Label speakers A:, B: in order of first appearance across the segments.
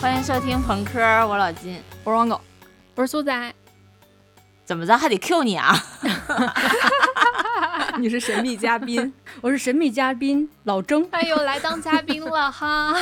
A: 欢迎收听朋克，我老金。
B: 我是王狗，我是苏仔，
A: 怎么着还得 Q 你啊？
B: 你是神秘嘉宾，
C: 我是神秘嘉宾老郑，
B: 哎呦，来当嘉宾了哈！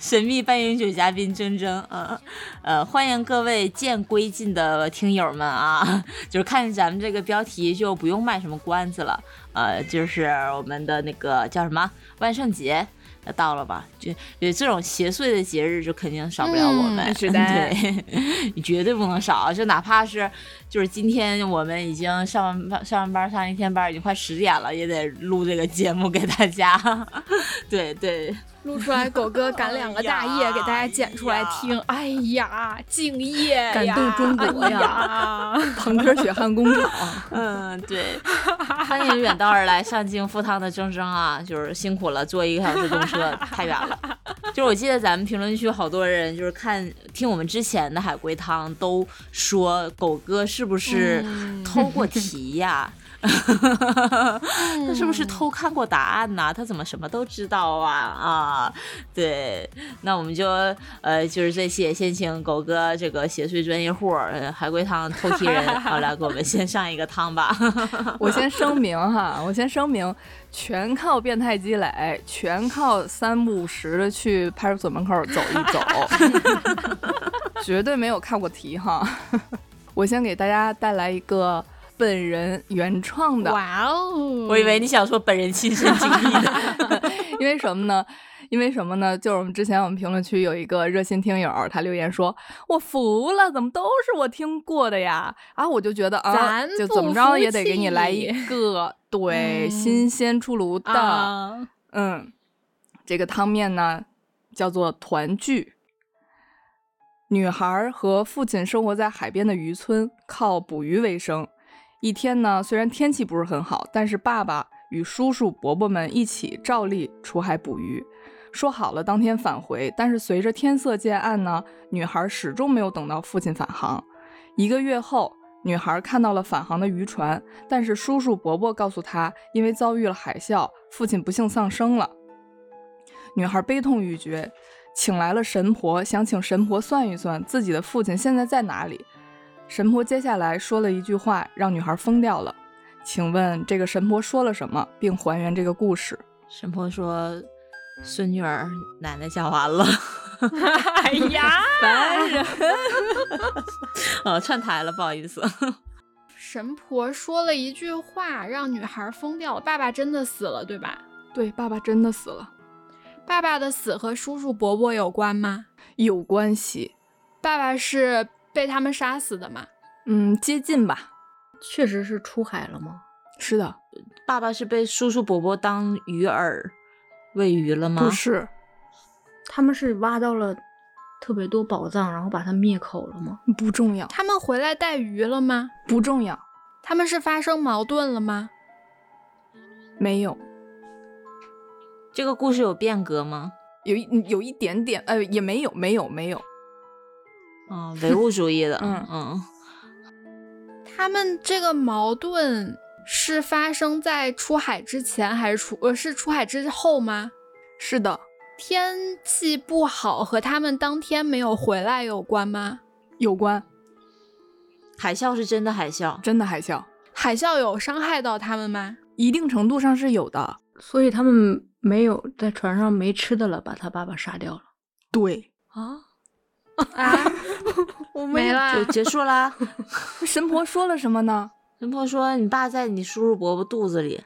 A: 神秘半永久嘉宾铮铮，呃呃，欢迎各位见归尽的听友们啊！ 就是看咱们这个标题就不用卖什么关子了，呃，就是我们的那个叫什么万圣节。呃到了吧？就就这种邪祟的节日，就肯定少不了我们。
B: 嗯是的
A: 对， 绝对不能少啊！就哪怕是就是今天我们已经上完班上完班上一天班，已经快十点了，也得录这个节目给大家。 对对，
B: 录出来 狗哥赶两个大
A: 哎
B: 夜
A: 呀
B: 给大家剪出来听，哎呀，敬业呀
C: 感动中国呀
B: 哎呀
C: 朋克血汗工 厂，
A: 嗯，对，欢迎远道而来上京赴汤的铮铮啊，就是辛苦了，坐一个小时公车太远了。就是我记得咱们评论区好多人就是看听我们之前的海龟汤都说狗哥是不是偷过题呀、他是不是偷看过答案呐、他怎么什么都知道啊？啊，对，那我们就呃，就是这期也先请狗哥这个邪祟专业户儿、呃海龟汤偷题人， 好来给我们先上一个汤吧。
C: 我先声明哈，我先声明，全靠变态积累，全靠三不五时的去派出所门口走一走， 绝对没有看过题哈。 我先给大家带来一个本人原创的，
B: 哇哦！
A: 我以为你想说本人亲身经历的，
C: 因为什么呢？因为什么呢？就是我们之前我们评论区有一个热心听友，他留言说：“我服了，怎么都是我听过的呀？”啊，我就觉得啊
B: 咱，
C: 就
B: 不
C: 怎么着
B: 服
C: 也得给
B: 气
C: 你来一个对、
B: 嗯
C: 新鲜出炉的，
B: 啊，
C: 嗯，这个汤面呢叫做团聚。女孩和父亲生活在海边的渔村，靠捕鱼为生。一天呢，虽然天气不是很好，但是爸爸与叔叔伯伯们一起照例出海捕鱼。说好了当天返回，但是随着天色渐暗呢，女孩始终没有等到父亲返航。一个月后，女孩看到了返航的渔船，但是叔叔伯伯告诉她，因为遭遇了海啸，父亲不幸丧生了。女孩悲痛欲绝，请来了神婆，想请神婆算一算自己的父亲现在在哪里。神婆接下来说了一句话，让女孩疯掉了。请问这个神婆说了什么，并还原这个故事？
A: 神婆说：“孙女儿，奶奶讲完 了。
B: 哎呀，
C: 烦人。
A: 呃，串台了，不好意思。
B: 神婆说了一句话，让女孩疯掉了。爸爸真的死了，对吧？
C: 对，爸爸真的死了，
B: 爸爸的死和叔叔伯伯有关吗？
C: 有关系。
B: 爸爸是被他们杀死的吗？
C: 嗯，接近吧。
D: 确实是出海了吗？
C: 是的，
A: 爸爸是被叔叔伯伯当鱼饵喂鱼了吗
C: 不？是，
D: 他们是挖到了特别多宝藏，然后把它灭口了吗？
C: 不重要，
B: 他们回来带鱼了吗？
C: 不重要，
B: 他们是发生矛盾了吗？
C: 没有。
A: 这个故事有变革吗？
C: 有一有一点点，呃，也没有，没有，没有，
A: 嗯、唯物主义的，
C: 嗯
A: 嗯，
B: 他们这个矛盾是发生在出海之前，还是出呃是出海之后吗？
C: 是的，
B: 天气不好和他们当天没有回来有关吗？
C: 有关，
A: 海啸是真的海啸，
C: 真的海啸，
B: 海啸有伤害到他们吗？
C: 一定程度上是有的。
D: 所以他们没有在船上没吃的了，把他爸爸杀掉了
C: 对，
D: 啊！
B: 啊，
D: 我
B: 没啦
A: 就！结束 啦。
C: 神婆说了什么呢？
A: 神婆说：“你爸在你叔叔伯伯肚子里，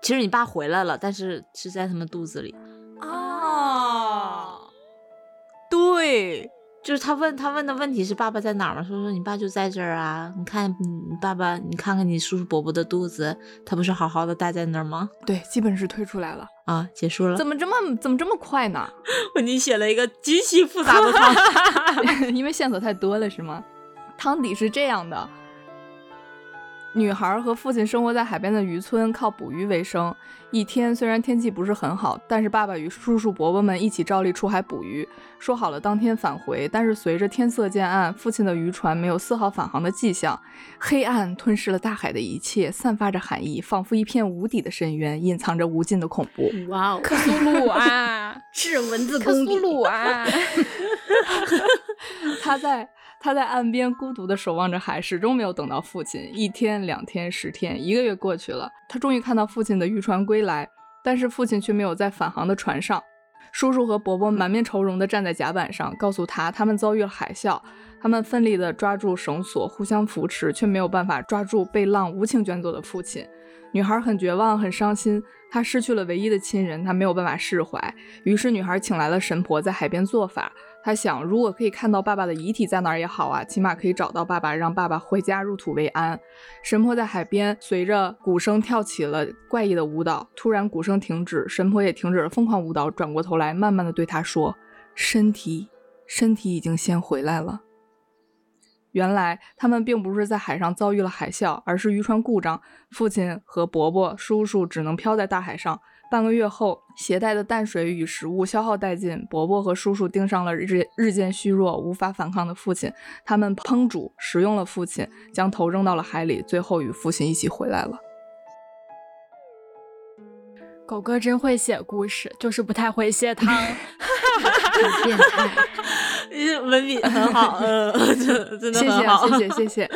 A: 其实你爸回来了，但是是在他们肚子里。
C: 啊，对，
A: 就是他问他问的问题是爸爸在哪儿吗？说说你爸就在这儿啊，你看你爸爸，你看看你叔叔伯伯的肚子，他不是好好的待在那儿吗？
C: 对，基本是推出来了。
A: 啊，结束了
C: 怎。么这么怎么这么快呢？
A: 为你写了一个极其复杂的汤。
C: 因为线索太多了，是吗？汤底是这样的：女孩和父亲生活在海边的渔村，靠捕鱼为生。一天虽然天气不是很好，但是爸爸与叔叔伯伯们一起照例出海捕鱼，说好了当天返回。但是随着天色渐暗，父亲的渔船没有丝毫返航的迹象。黑暗吞噬了大海的一切，散发着寒意，仿佛一片无底的深渊，隐藏着无尽的恐怖。
D: 哇哦，
B: 克苏鲁啊，
D: 是文字
B: 克
D: 功
B: 苏
D: 底，
B: 鲁啊，
C: 他在他在岸边孤独的守望着海，始终没有等到父亲。一天、两天、十天，一个月过去了，他终于看到父亲的渔船归来，但是父亲却没有在返航的船上。叔叔和伯伯满面愁容地站在甲板上，告诉他他们遭遇了海啸，他们奋力地抓住绳索，互相扶持，却没有办法抓住被浪无情卷走的父亲。女孩很绝望，很伤心，她失去了唯一的亲人，她没有办法释怀。于是，女孩请来了神婆，在海边做法。她想，如果可以看到爸爸的遗体在哪儿也好啊，起码可以找到爸爸，让爸爸回家入土为安。神婆在海边随着鼓声跳起了怪异的舞蹈，突然鼓声停止，神婆也停止了疯狂舞蹈，转过头来，慢慢的对他说：“身体，身体已经先回来了。”原来他们并不是在海上遭遇了海啸，而是渔船故障，父亲和伯伯、叔叔只能漂在大海上。半个月后，携带的淡水与食物消耗殆尽，伯伯和叔叔盯上了日日渐虚弱、无法反抗的父亲。他们烹煮、食用了父亲，将头扔到了海里，最后与父亲一起回来了。
B: 狗哥真会写故事，就是不太会写汤。
D: 很变态。
A: 文笔很好，嗯， 真真的
C: 谢谢
A: 很
C: 啊，
A: 好，
C: 谢谢，谢谢，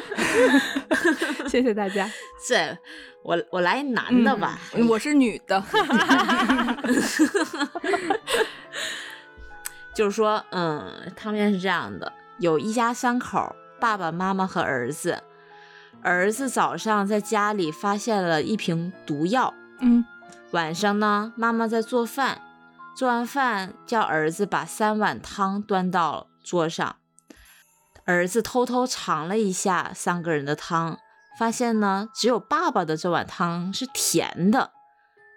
C: 谢谢大 家。
A: 这我我来男的吧，
C: 嗯，我是女的。
A: 就是说，嗯，汤面是这样的：有一家三口，爸爸妈妈和儿子。儿子早上在家里发现了一瓶毒药，
C: 嗯
A: 晚上呢，妈妈在做饭，做完饭叫儿子把三碗汤端到桌上。儿子偷偷尝了一下三个人的汤，发现呢，只有爸爸的这碗汤是甜的。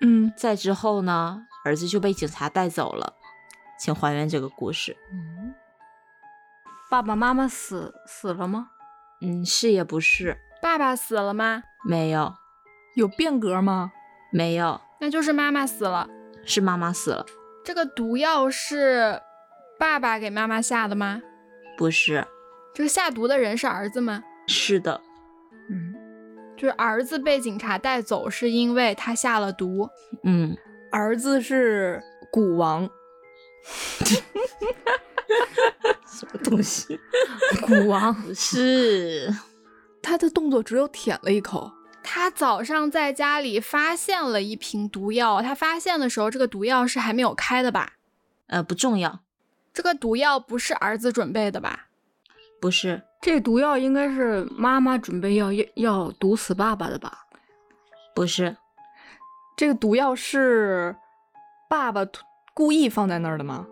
C: 嗯，
A: 再之后呢，儿子就被警察带走了。请还原这个故事。
D: 嗯，爸爸妈妈死死了 吗？
A: 嗯，是也不是，
B: 爸爸死了吗？
A: 没有，
C: 有变革吗？
A: 没有，
B: 那就是妈妈死了。
A: 是妈妈死了，
B: 这个毒药是爸爸给妈妈下的吗？
A: 不是，
B: 这个下毒的人是儿子吗？
A: 是的，
D: 嗯，
B: 就是儿子被警察带走，是因为他下了毒。
A: 嗯，
C: 儿子是古王，
A: 什么东 西？
D: 古王
A: 是，
C: 他的动作只有舔了一口。
B: 他早上在家里发现了一瓶毒药，他发现的时候，这个毒药是还没有开的吧？
A: 呃，不重要，
B: 这个毒药不是儿子准备的吧？
A: 不是，
D: 这毒药应该是妈妈准备要要要毒死爸爸的吧？
A: 不是，
C: 这个毒药是爸爸突故意放在那儿的吗？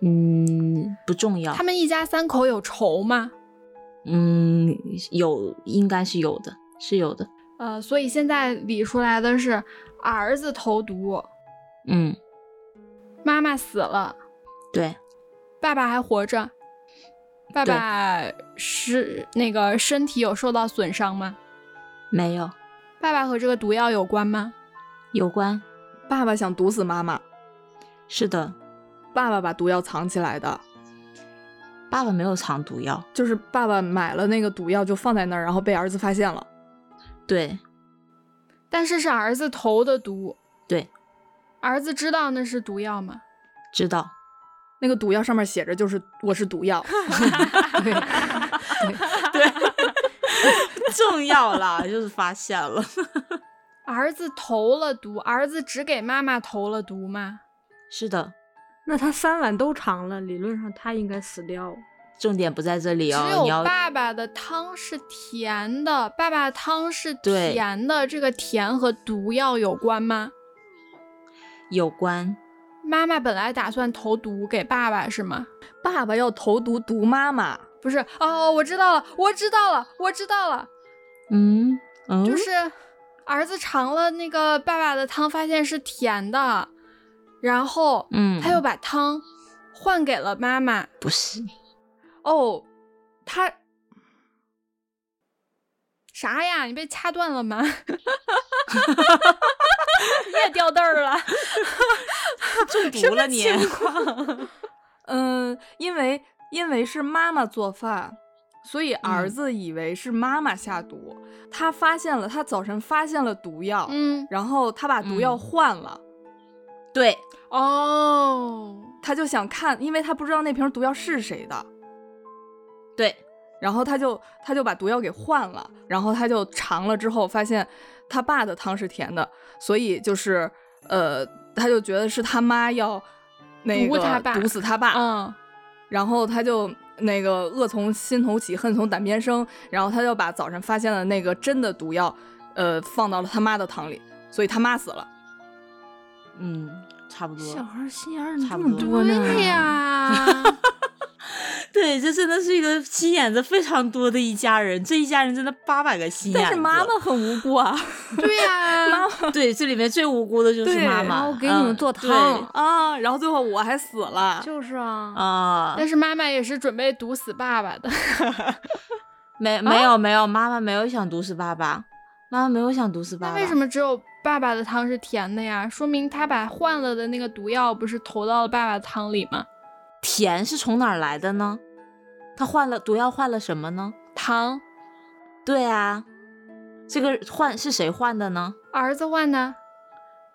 A: 嗯，不重要
B: 他，们一家三口有仇吗？
A: 嗯，有，应该是有的，是有的，
B: 呃，所以现在理出来的是儿子投毒，
A: 嗯，
B: 妈妈死了，
A: 对，
B: 爸爸还活着。爸爸是那个身体有受到损伤吗？
A: 没有，
B: 爸爸和这个毒药有关吗？
A: 有关，
C: 爸爸想毒死妈妈，
A: 是的，
C: 爸爸把毒药藏起来的，
A: 爸爸没有藏毒药，
C: 就是爸爸买了那个毒药就放在那儿，然后被儿子发现了。
A: 对，
B: 但是是儿子投的毒。
A: 对，
B: 儿子知道那是毒药吗？
A: 知道，
C: 那个毒药上面写着就是我是毒药，
D: 对，
A: 重要啦， 就是发现了，
B: 儿子投了毒，儿子只给妈妈投了毒吗？
A: 是的，
D: 那他三碗都尝了，理论上他应该死掉。
A: 重点不在这里
B: 只
A: 哦，
B: 有
A: 你要
B: 爸爸的汤是甜的，爸爸汤是
A: 对
B: 甜的，这个甜和毒药有关吗？
A: 有关，
B: 妈妈本来打算投毒给爸爸是吗？
C: 爸爸要投毒毒妈妈，
B: 不是哦，我知道了，我知道了，我知道了，
A: 嗯嗯，
B: 就是儿子尝了那个爸爸的汤，发现是甜的，然后
A: 嗯
B: 他又把汤换给了妈妈。
A: 不是，
C: 哦，他
B: 啥呀？你被掐断了吗？你也掉豆儿了，
A: 中毒了你，
C: 嗯，因为因为是妈妈做饭，所以儿
A: 嗯
C: 子以为是妈妈下毒。他发现了，他早晨发现了毒药，
B: 嗯，
C: 然后他把毒药
A: 嗯
C: 换了，
A: 对，
B: 哦，
C: 他就想看，因为他不知道那瓶毒药是谁的，
A: 对，
C: 然后他就他就把毒药给换了，然后他就尝了之后发现他爸的汤是甜的，所以就是呃，他就觉得是他妈要那
B: 毒
C: 个
B: 他爸
C: 毒死他爸，
B: 嗯，
C: 然后他就那个恶从心头起，恨从胆边生，然后他就把早晨发现的那个真的毒药，呃，放到了他妈的汤里，所以他妈死了。
A: 嗯，差不
D: 小
A: 多。
D: 孩心眼儿怎么
A: 差
D: 这
A: 不
D: 么
A: 多
D: 多呢？
B: 对呀，
A: 对，这真的是一个心眼子非常多的一家人，这一家人真的八百个心眼
C: 但
A: 子。
C: 是妈妈很无辜 啊，
B: 对呀，
C: 妈
A: 对，这里面最无辜的就是
C: 对
A: 妈
C: 然
A: 妈。
D: 后给你们
A: 嗯
D: 做
A: 对
D: 汤
C: 啊，然后最后我还死了。
D: 就是啊，
A: 啊，
B: 但是妈妈也是准备毒死爸爸的，
A: 没没有没有，妈妈没有想毒死爸爸，妈妈没有想毒死爸
B: 那
A: 爸。
B: 为什？么只有爸爸的汤是甜的呀？说明他把换了的那个毒药不是投到了爸爸的汤里吗？
A: 甜是从哪儿来的呢？他换了毒药，换了什么呢？
B: 糖，
A: 对啊，这个换是谁换的呢？
B: 儿子换的，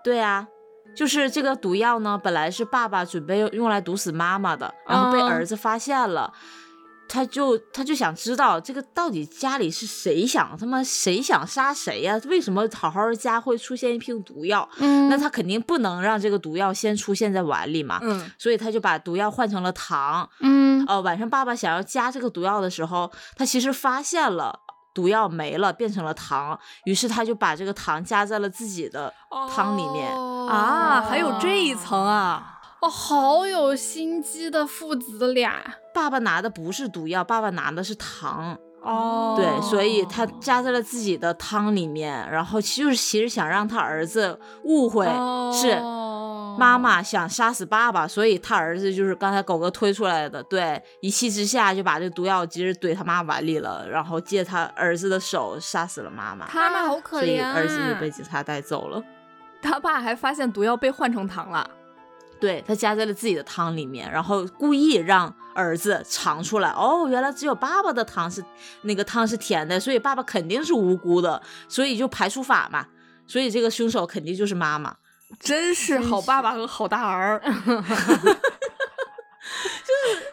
A: 对啊，就是这个毒药呢，本来是爸爸准备用用来毒死妈妈的，然后被
B: 嗯
A: 儿子发现了，他就他就想知道这个到底家里是谁想他妈谁想杀谁呀、为什么好好的家会出现一瓶毒药？
B: 嗯
A: 那他肯定不能让这个毒药先出现在碗里嘛，
C: 嗯，
A: 所以他就把毒药换成了糖，
B: 嗯
A: 呃，晚上爸爸想要加这个毒药的时候，他其实发现了毒药没了，变成了糖，于是他就把这个糖加在了自己的
B: 哦
A: 汤里面。
C: 啊，还有这一层啊，
B: 哦，好有心机的父子俩
A: 爸爸拿的不是毒药，爸爸拿的是糖，
C: 哦
A: 对，所以他加在了自己的汤里面，然后其就是其实想让他儿子误会、
B: 哦
A: 是妈妈想杀死爸爸，所以他儿子就是刚才狗哥推出来的，对，一气之下就把这毒药其实怼他妈碗里了，然后借他儿子的手杀死了妈妈。
B: 妈妈好可
A: 所以
B: 怜啊，
A: 儿子就被警察带走了。
C: 他爸还发现毒药被换成糖了。
A: 对他加在了自己的汤里面，然后故意让儿子尝出来。哦，原来只有爸爸的汤是那个汤是甜的，所以爸爸肯定是无辜的，所以就排除法嘛。所以这个凶手肯定就是妈妈。
C: 真是好爸爸和好大 儿，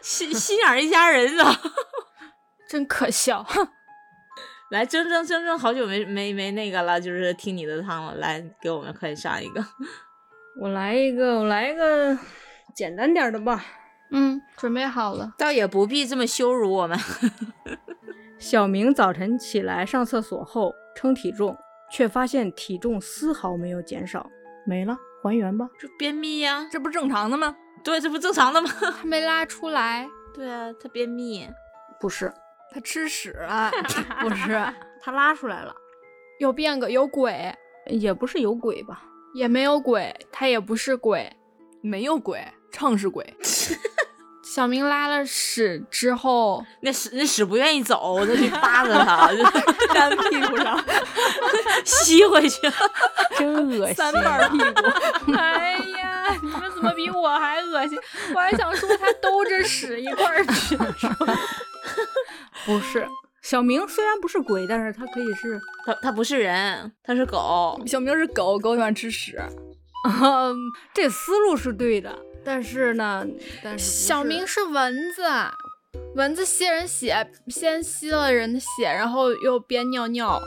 A: 心心眼儿一家人啊！
B: 真可笑，
A: 来，铮铮铮铮，好久没没没那个了，就是听你的汤了。来，给我们快上一个。
D: 我来一个，我来一个简单点儿的吧。
B: 嗯，准备好了，
A: 倒也不必这么羞辱我们。
D: 小明早晨起来上厕所后称体重，却发现体重丝毫没有减少，没了，还原吧。
A: 就便秘呀、
C: 这不是正常的吗？
A: 对，这不正常的吗？
B: 他没拉出来，
A: 对啊，他便秘。
D: 不是，
C: 他吃屎 啊！
D: 不是，他拉出来了，
B: 有变个有鬼，
D: 也不是有鬼吧？
B: 也没有鬼，他也不是鬼。
C: 没有鬼，秤是鬼。
B: 小明拉了屎之后，
A: 那屎那屎不愿意走，他就扒着他， 就粘屁股上， 吸回去。
D: 真恶心。
C: 三瓣屁股，
B: 哎呀，你们怎么比我还恶心？我还想说他兜着屎一块儿 去。
D: 不是，小明虽然不是鬼，但是他可以是，
A: 他他不是人，他是狗。
C: 小明是狗，狗喜欢吃 屎。
D: 这思路是对的，但是呢，但是不是
B: 小 明是蚊子，蚊子吸人血，先吸了人的血，然后又边尿尿，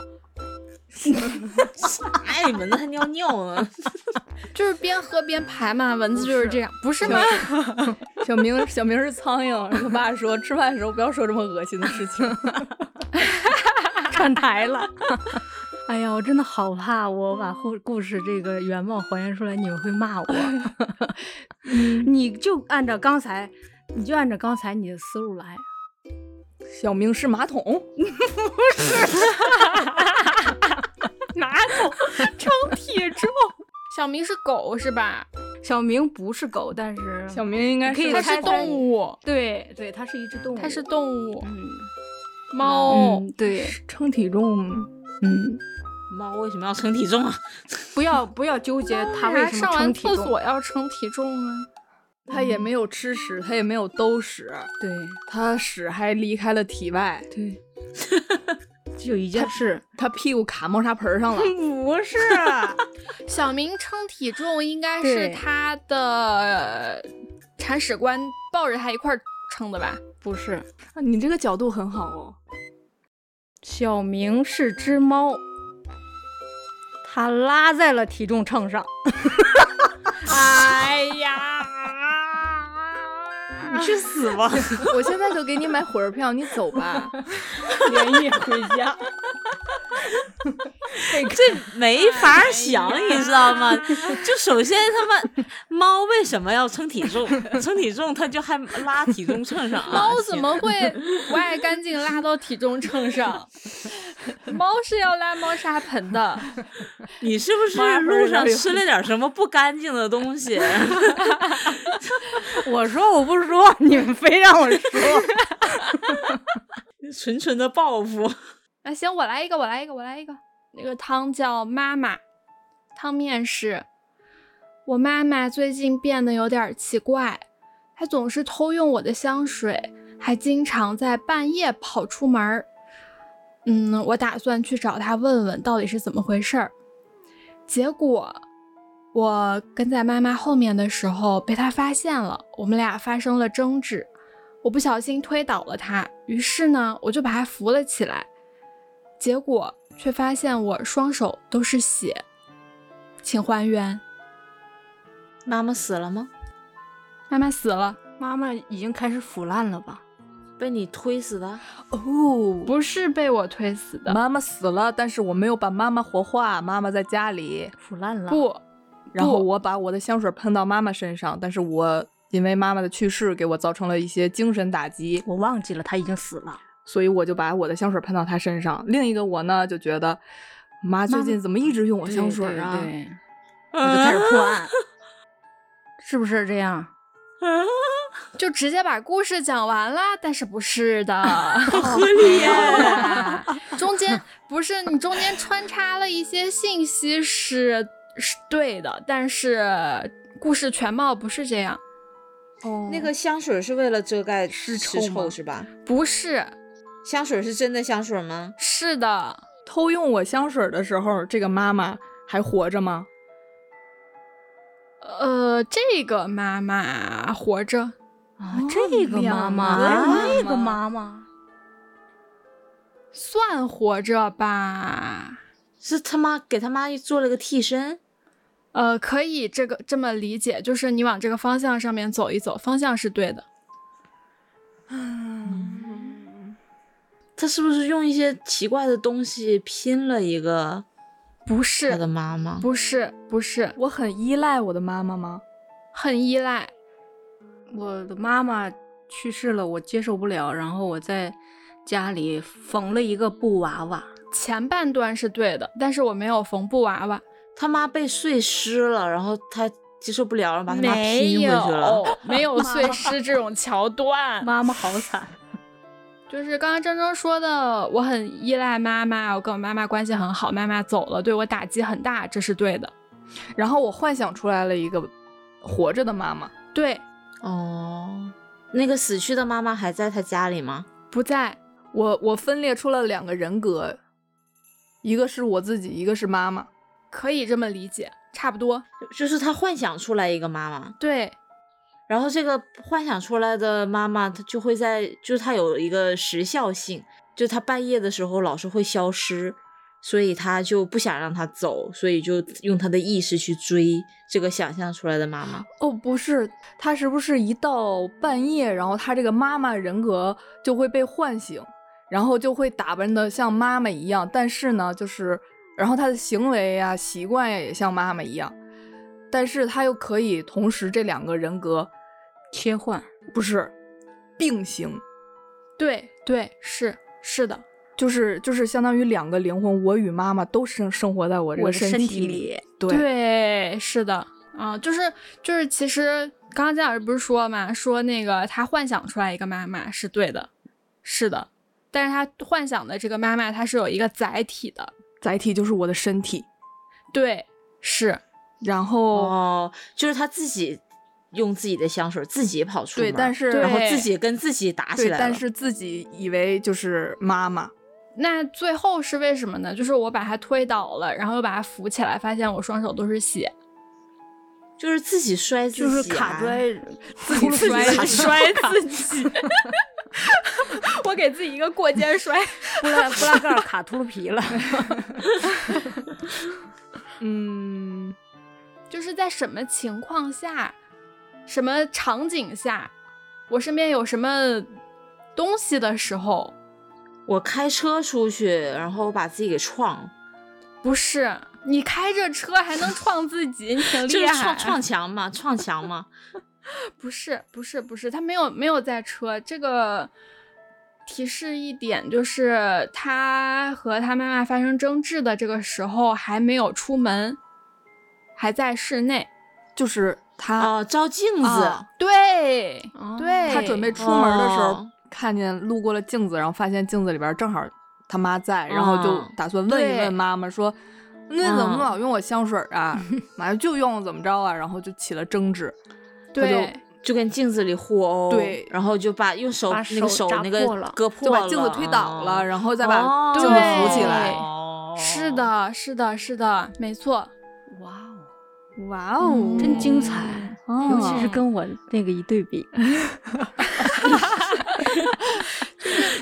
A: 哎，你蚊子还尿尿呢。
B: 就是边喝边排嘛。蚊子就是这样，不是吗？
C: 小明，小明是苍蝇。他爸说，吃饭的时候不要说这么恶心的事情。
D: 串台了。 哎呀，我真的好怕，我把故故事这个原貌还原出来，你们会骂我。 你就按照刚才，你就按照刚才你的思路来。
C: 小明是马桶，
B: 拿走称体重。小明是狗是吧？
D: 小明不是狗，但是
C: 小明应该
D: 可以
B: 它
C: 他
D: 猜
B: 是
D: 猜
B: 动物，
D: 对对，它是一只动物，
B: 它是动物，哦
D: 嗯
B: 猫。
D: 嗯对，
C: 称体重，
D: 嗯，
A: 猫为什么要称体重啊？
D: 不要不要纠结它
B: 为
D: 为
B: 啥
D: 什
B: 哦上
D: 么
B: 完
D: 称体
B: 厕
D: 重，
B: 所要称体重啊？
C: 他也没有吃屎，他也没有兜屎，
D: 对
C: 他屎还离开了体外。
D: 对，只有一件事，
C: 他屁股卡猫砂盆上 了，
D: 不是，
B: 小明称体重应该
D: 对
B: 是他的呃铲屎官抱着他一块儿称的吧？
D: 不是，
C: 啊你这个角度很好哦。
D: 小明是只猫，他拉在了体重秤上。
B: 哎呀，
D: 你去 死吧！
C: 我现在就给你买火车票，你走吧。
D: 连夜回家。
A: 这没法想，你知道吗？就首先他妈猫为什么要称体重？称体重它就还拉体重秤上啊？
B: 猫怎么会不爱干净拉到体重秤上？ 猫是要拉猫砂盆的。
A: 你是不
C: 妈
A: 是
C: 不是
A: 路上
C: 有
A: 吃了点什么不干净的东西？
D: 我说我不说，你们非让我说。
A: 纯纯的报复。
B: 那哎行，我来一个，我来一个，我来一个。那个汤叫妈妈，汤面是，我妈妈最近变得有点儿奇怪，她总是偷用我的香水，还经常在半夜跑出门儿。嗯，我打算去找她问问到底是怎么回事儿。结果我跟在妈妈后面的时候被她发现了，我们俩发生了争执，我不小心推倒了她，于是呢，我就把她扶了起来。结果却发现我双手都是血，请还原。
A: 妈妈死了吗？
B: 妈妈死了，
D: 妈妈已经开始腐烂了吧？
A: 被你推死的？
C: 哦，
B: 不是被我推死的，
C: 妈妈死了，但是我没有把妈妈活化，妈妈在家里。
D: 腐烂了。，
B: 不，
C: 然后我把我的香水喷到妈妈身上，但是我因为妈妈的去世给我造成了一些精神打击，
D: 我忘记了，他已经死了。
C: 所以我就把我的香水喷到她身上。另一个我呢就觉得，妈最近怎么一直用我香水啊？
D: 对对对我就开始
E: 啊
D: 破 案，是不是这样？
B: 就直接把故事讲完啦。但是不是的，
A: 合理耶！
B: 中间不是你中间穿插了一些信息是是对的，但是故事全貌不是这样，
C: 哦
E: 那个香水是为了遮 盖
C: 尸
E: 尸
C: 臭吗
E: 臭是吧？
B: 不是
E: 香水是真的香水吗？
B: 是的，
C: 偷用我香水的时候，这个妈妈还活着吗？
B: 呃，这个妈妈活着，
D: 啊，这个妈妈，
C: 两个
D: 还有那个
C: 妈
D: 妈妈，
B: 算活着吧。
A: 是他妈给他妈做了个替身？
B: 呃，可以这个这么理解，就是你往这个方向上面走一走，方向是对的。
A: 他是不是用一些奇怪的东西拼了一个
B: 不
A: 他的
B: 是，
A: 妈妈？
B: 不是，不是，
C: 我很依赖我的妈妈吗？
B: 很依赖。
D: 我的妈妈去世了，我接受不了，然后我在家里缝了一个布娃娃。
B: 前半段是对的，但是我没有缝布娃娃，
A: 他妈被碎尸了，然后他接受不了，然后把他妈
B: 没
A: 拼回去了。
B: 有 没有碎尸这种桥段。
D: 妈妈好惨，
B: 就是刚刚铮铮说的，我很依赖妈妈，我跟我妈妈关系很好，妈妈走了对我打击很大，这是对的。
C: 然后我幻想出来了一个活着的妈妈，
B: 对，
A: 哦，那个死去的妈妈还在他家里吗？
B: 不在，
C: 我我分裂出了两个人格，一个是我自己，一个是妈妈。
B: 可以这么理解，差不多。
A: 就是他幻想出来一个妈妈，
B: 对，
A: 然后这个幻想出来的妈妈，她就会在，就是她有一个时效性，就她半夜的时候老是会消失，所以她就不想让她走，所以就用她的意识去追这个想象出来的妈妈。
C: 哦，不是，她是不是一到半夜，然后她这个妈妈人格就会被唤醒，然后就会打扮的像妈妈一样，但是呢，就是然后她的行为呀、习惯呀也像妈妈一样，但是她又可以同时这两个人格
D: 切换。
C: 不是并行，
B: 对，对，是是的。
C: 就是就是相当于两个灵魂，我与妈妈都生生活在我这
D: 我
C: 个
D: 的身
C: 体
D: 体
C: 里
D: 里，
C: 对
B: 对，是的，啊、就是就是，其实刚刚姜老师不是说嘛，说那个他幻想出来一个妈妈是对的，是的，但是他幻想的这个妈妈，她是有一个载体的，
C: 载体就是我的身体，
B: 对，是
C: 然后。
A: 哦，就是她自己用自己的香水自己跑出门，
C: 对，但是
B: 对
A: 然后自己跟自己打起
C: 对，
A: 来了。
C: 但是自己以为就是妈妈，
B: 那最后是为什么呢？就是我把他推倒了，然后又把他扶起来，发现我双手都是血，
E: 就是自己摔自己、
D: 就是
A: 啊
D: 卡
E: 住。
D: 拽，
B: 自己摔
D: 卡
B: 摔自己，我给自己一个过肩摔。
D: 布拉布拉格尔卡秃噜皮了。
C: 嗯，
B: 就是在什么情况下、什么场景下，我身边有什么东西的时候，
E: 我开车出去，然后我把自己给撞，
B: 不是你开着车还能撞自己，你挺
E: 就
B: 厉
E: 是
B: 害。
E: 撞撞墙嘛，撞墙嘛。
B: 不是不是不是，他没有没有在车这个。提示一点，就是他和他妈妈发生争执的这个时候还没有出门，还在室内。
C: 就是他、
A: 啊
E: 哦，照镜子，
B: 啊对、
D: 哦
B: 对，
C: 他准备出门的时候、
E: 哦
C: 看见路过了镜子，然后发现镜子里边正好他妈在，然后就
E: 嗯
C: 打算问一
B: 对
C: 问妈妈说。那怎么
E: 嗯
C: 老用我香水啊？妈呀，就用怎么着啊？然后就起了争执。他就
B: 对，
E: 就跟镜子里互殴，
C: 对
E: 然后就把用手
D: 把
E: 那个
D: 手
E: 手
D: 扎
E: 那个
D: 破了
E: 割
C: 就
E: 破
C: 把
E: 了，
C: 镜子推倒了，
E: 哦
C: 然后再把
E: 哦
C: 镜子扶起来。
A: 哦
B: 是，的，是的，是的，没错。
D: 哇哦，
C: 哇
B: 哦
D: 真精彩！
C: 嗯
D: 尤其是跟我那个一对比，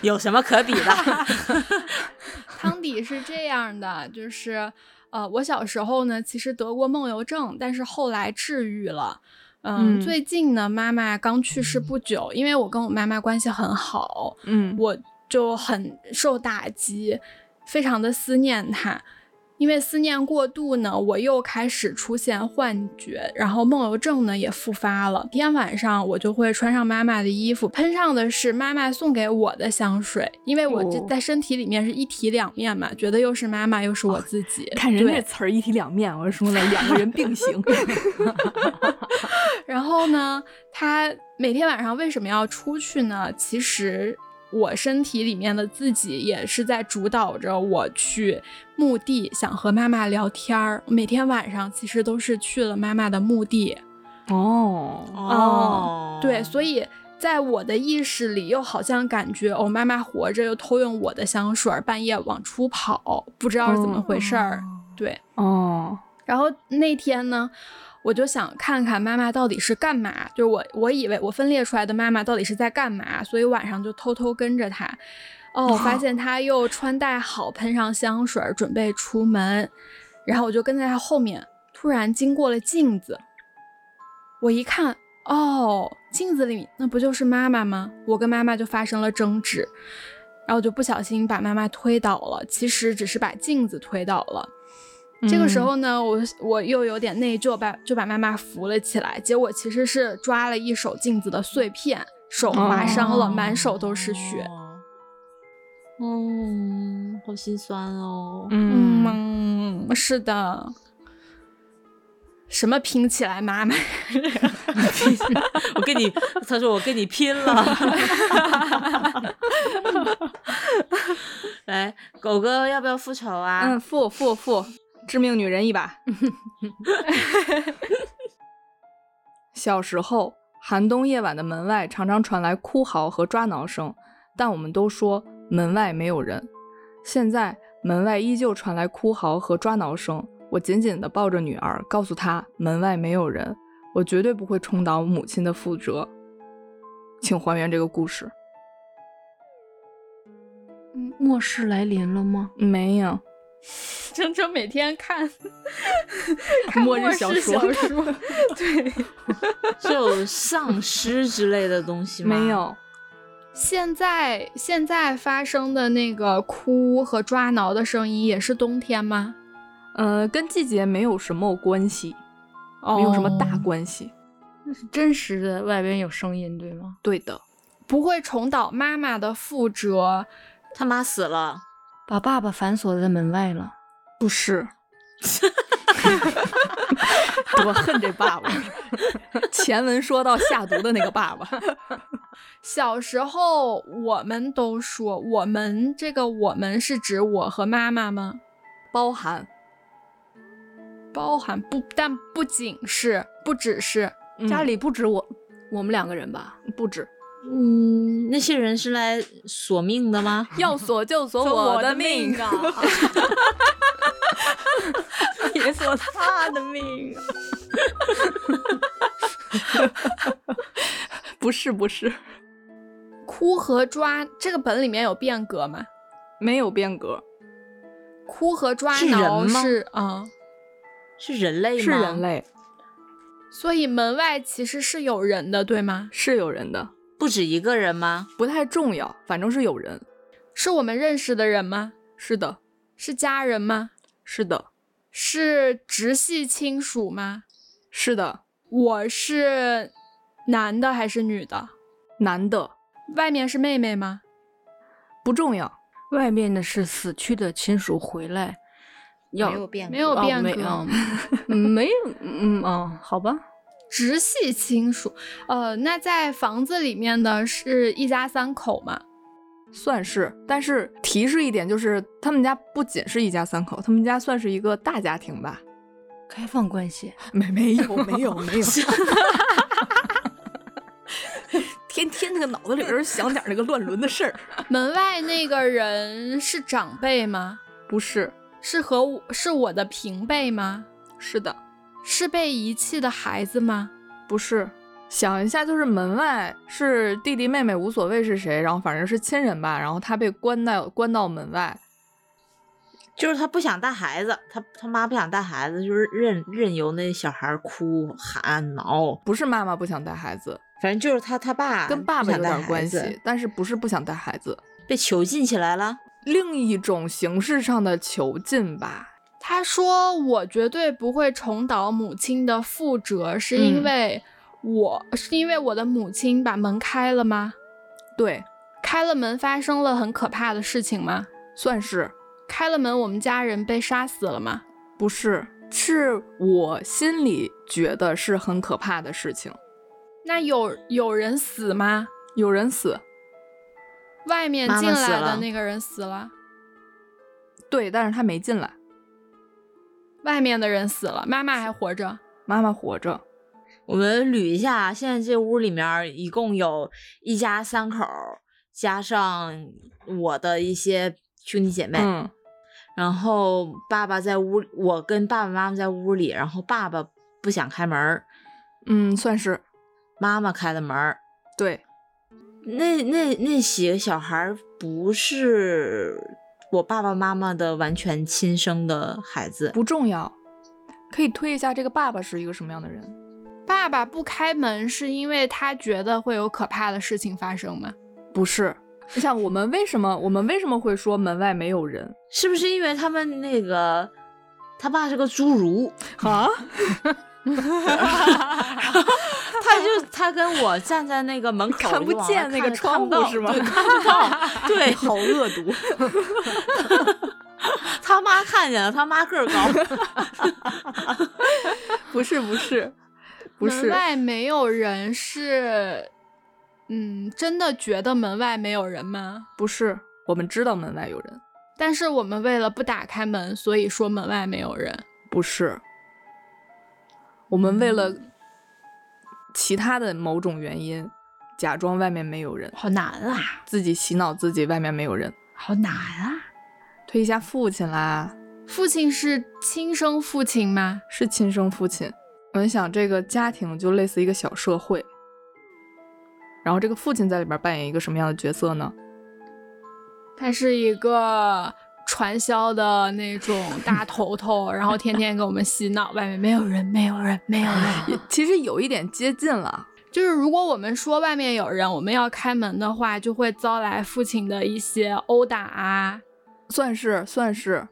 A: 有什么可比的？
B: 汤底是这样的，就是呃，我小时候呢，其实得过梦游症，但是后来治愈了。嗯，
C: 嗯
B: 最近呢，妈妈刚去世不久，因为我跟我妈妈关系很好，
C: 嗯，
B: 我就很受打击，非常的思念她。因为思念过度呢，我又开始出现幻觉，然后梦游症呢也复发了。天晚上我就会穿上妈妈的衣服，喷上的是妈妈送给我的香水，因为我这
C: 哦
B: 在身体里面是一体两面嘛，觉得又是妈妈又是我自己。
C: 看人
B: 对
C: 这词儿一体两面，我说了两个人并行。
B: 然后呢，他每天晚上为什么要出去呢？其实我身体里面的自己也是在主导着我去墓地，想和妈妈聊天儿。每天晚上其实都是去了妈妈的墓地，
C: 哦，
E: 哦，
B: 对，所以。在我的意识里，又好像感觉哦，妈妈活着又偷用我的香水儿，半夜往出跑，不知道是怎么回事儿。对，
C: 哦，
B: 然后那天呢，我就想看看妈妈到底是干嘛，就是我我以为我分裂出来的妈妈到底是在干嘛，所以晚上就偷偷跟着她。哦，我发现她又穿戴好，喷上香水，准备出门，然后我就跟在她后面，突然经过了镜子，我一看，哦，镜子里那不就是妈妈吗？我跟妈妈就发生了争执，然后就不小心把妈妈推倒了，其实只是把镜子推倒了。这个
C: 嗯
B: 时候呢，我我又有点内疚，把就把妈妈扶了起来，结果其实是抓了一手镜子的碎片，手划伤
C: 哦
B: 了，满手都是血。
E: 嗯，哦好心酸哦。
C: 嗯，
B: 嗯，是的。什么拼起来，妈 妈？
A: 我跟你，他说我跟你拼了。
E: 来，狗哥要不要复仇啊？
C: 嗯，负负 负，致命女人一 把。小时候，寒冬夜晚的门外常常传来哭嚎和抓挠声，但我们都说门外没有人。现在门外依旧传来哭嚎和抓挠声，我紧紧地抱着女儿，告诉她门外没有人，我绝对不会重蹈母亲的覆辙。请还原这个故事。
D: 末世来临了吗？
C: 没有，
B: 铮铮每天看看
C: 末
B: 末
C: 日
B: 日
C: 小
B: 小
C: 说
B: 说对，
E: 是有丧尸之类的东西吗？
C: 没。有。
B: 现在现在发生的那个哭和抓挠的声音，也是冬天吗？
C: 呃，跟季节没有什么关系，没有什么大
B: 哦
C: 关系。
D: 那是真实的，外边有声音，对吗？
C: 对的，
B: 不会重蹈妈妈的覆辙。
E: 他妈死了，
D: 把爸爸反锁在门外了。
C: 不是。 多恨这爸 爸！前文说到下毒的那个爸爸，
B: 小时候我们都说，我们这个我们是指我和妈妈吗？
C: 包含
B: 包含不，但不仅是，不只是，
C: 嗯
D: 家里不止我，我们两个人吧？
C: 不止，
A: 嗯，那些人是来索命的吗？
C: 要锁就锁
A: 说我
C: 的
A: 的命
C: 啊！
D: 别说他的命啊！
C: 不是不是，
B: 哭和抓这个本里面有变革吗？
C: 没有变革，
B: 哭和抓
A: 是人
B: 挠
A: 吗
B: 是啊、
A: 是人类吗？
C: 是人，类，
B: 所以门外其实是有人的，对吗？
C: 是有人的，
A: 不止一个人吗？
C: 不太重要，反正是有人。
B: 是我们认识的人吗？
C: 是的，
B: 是家人吗？
C: 是的，
B: 是直系亲属吗？
C: 是的，
B: 我是男的还是女的？
C: 男的
B: 外面是妹妹吗？
C: 不重要，
D: 外面的是死去的亲属回来，要
A: 没有变，
B: 没有
D: 哦
B: 变
D: 没
B: 革，
D: 哦没有，嗯哦，好吧，
B: 直系亲属。呃，那在房子里面的是一家三口吗？
C: 算是。但是提示一点，就是他们家不仅是一家三口，他们家算是一个大家庭吧？
D: 开放关系，
C: 没没有没有 没有，天天那个脑子里边想点那个乱伦的事儿。
B: 门外那个人是长辈吗？
C: 不是，
B: 是和我是我的平辈吗？
C: 是的，
B: 是被遗弃的孩子吗？
C: 不是。想一下，就是门外是弟弟妹妹无所谓是谁，然后反正是亲人吧，然后他被关到关到门外，
A: 就是他不想带孩子，他他妈不想带孩子，就是任任由那小孩哭喊挠，
C: 不是妈妈不想带孩子，
A: 反正就是他他爸
C: 跟爸
A: 不
C: 爸
A: 想
C: 有
A: 带
C: 点
A: 孩
C: 关
A: 子
C: 系，但是不是不想带孩子。
A: 被囚禁起来了。
C: 另一种形式上的囚禁吧，
B: 他说：“我绝对不会重蹈母亲的覆辙，是
C: 嗯
B: 因为我、是因为我的母亲把门开了吗？
C: 对，
B: 开了门发生了很可怕的事情吗？
C: 算是
B: 开了门，我们家人被杀死了吗？
C: 不是？是我心里觉得是很可怕的事情。
B: 那有有人死吗？
C: 有人死，
B: 外面
A: 妈妈
B: 进
A: 死
B: 来
A: 了
B: 的那个人死了，
C: 对，但是他没进来，
B: 外面的人死了，妈妈还活着。
C: 妈妈活着。
A: 我们捋一下啊，现在这屋里面儿一共有一家三口儿，加上我的一些兄弟姐妹，
C: 嗯，
A: 然后爸爸在屋，我跟爸爸妈妈在屋里，然后爸爸不想开门儿，
C: 嗯，算是
A: 妈妈开的门儿。
C: 对，
A: 那那那几个小孩儿不是我爸爸妈妈的完全亲生的孩子，
C: 不重要。可以推一下这个爸爸是一个什么样的人？
B: 爸爸不开门是因为他觉得会有可怕的事情发生吗？
C: 不是，你想我们为什么我们为什么会说门外没有人
A: 是不是因为他们那个他爸是个侏儒？
C: 啊？
A: 他就他跟我站在那个门口，
C: 看不
A: 就往外
C: 见那
A: 看
C: 个窗
A: 看
C: 户
A: 不到
C: 是吗
A: 对，看不到。 对，
C: 好恶毒。
A: 他妈看见了，他妈个儿 高。
C: 不是不 是不
B: 门
C: 是，
B: 外没有人是，嗯，真的觉得门外没有人吗？
C: 不是，我们知道门外有人，
B: 但是我们为了不打开门，所以说门外没有人。
C: 不是，我们为
B: 嗯
C: 了其他的某种原因，假装外面没有人，
B: 好难啊，
C: 自己洗脑自己外面没有人，
B: 好难啊！
C: 推一下父亲啦，
B: 父亲是亲生父亲吗？
C: 是亲生父亲。我们想，这个家庭就类似一个小社会，然后这个父亲在里边扮演一个什么样的角色呢？
B: 他是一个传销的那种 大头头，然后天天给我们洗脑，外面没有人，没有人，没有人。
C: 其实有一点接近了，
B: 就是如果我们说外面有人，我们要开门的话，就会遭来父亲的一些殴打啊，
C: 算是算是，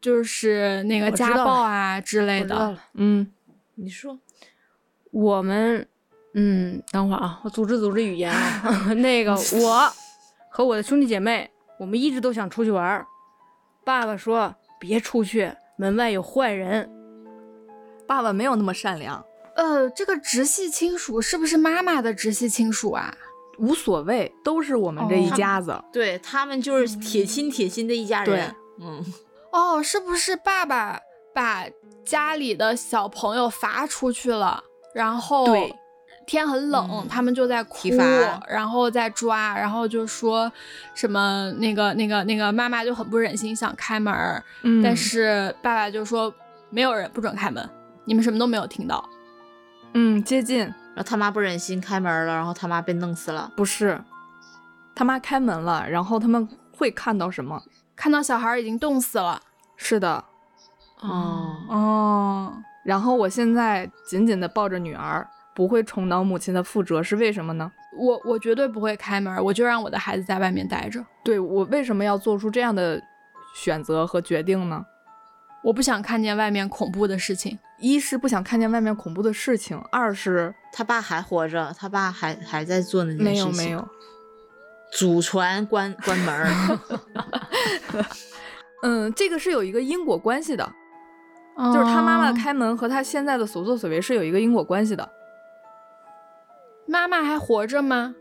B: 就是那个
D: 我知道
B: 家暴啊之类
D: 我知道
B: 的。
D: 了。
C: 嗯，
A: 你说
D: 我们嗯，等会儿啊，我组织组织语 言啊。那个我和我的兄弟姐妹，我们一直都想出去玩儿。爸爸说别出去，门外有坏人。
C: 爸爸没有那么善良，
B: 呃，这个直系亲属是不是妈妈的直系亲属啊？
C: 无所谓，都是我们这一
B: 哦
C: 家子。
A: 对他们
C: 嗯
A: 就是铁亲铁亲的一家人。嗯，
B: 哦，是不是爸爸把家里的小朋友罚出去了，然后
C: 对
B: 天很冷，
A: 嗯
B: 他们就在哭
A: 体罚，
B: 然后在抓，然后就说什么那个那个那个妈妈就很不忍心想开门儿，
C: 嗯
B: 但是爸爸就说没有人不准开门，你们什么都没有听到。
C: 嗯，接近
A: 然后他妈不忍心开门了，然后他妈被弄死了。
C: 不是，他妈开门了，然后他们会看到什么？
B: 看到小孩儿已经冻死了，
C: 是的，
A: 哦，
B: 哦，
C: 然后我现在紧紧的抱着女儿，不会重蹈母亲的覆辙，是为什么呢？
B: 我我绝对不会开门，我就让我的孩子在外面待着，
C: 对我为什么要做出这样的选择和决定呢？
B: 我不想看见外面恐怖的事情。
C: 一是不想看见外面恐怖的事情，二是
A: 他爸还活着，他爸还还在做那件
C: 没有
A: 事情。
C: 没有，
A: 祖传关关门 儿，
C: 嗯，这个是有一个因果关系的，
B: 就
C: 就是他妈妈
B: 哦
C: 开门和他现在的所作所为是有一个因果关系的，
B: 妈妈还活着吗？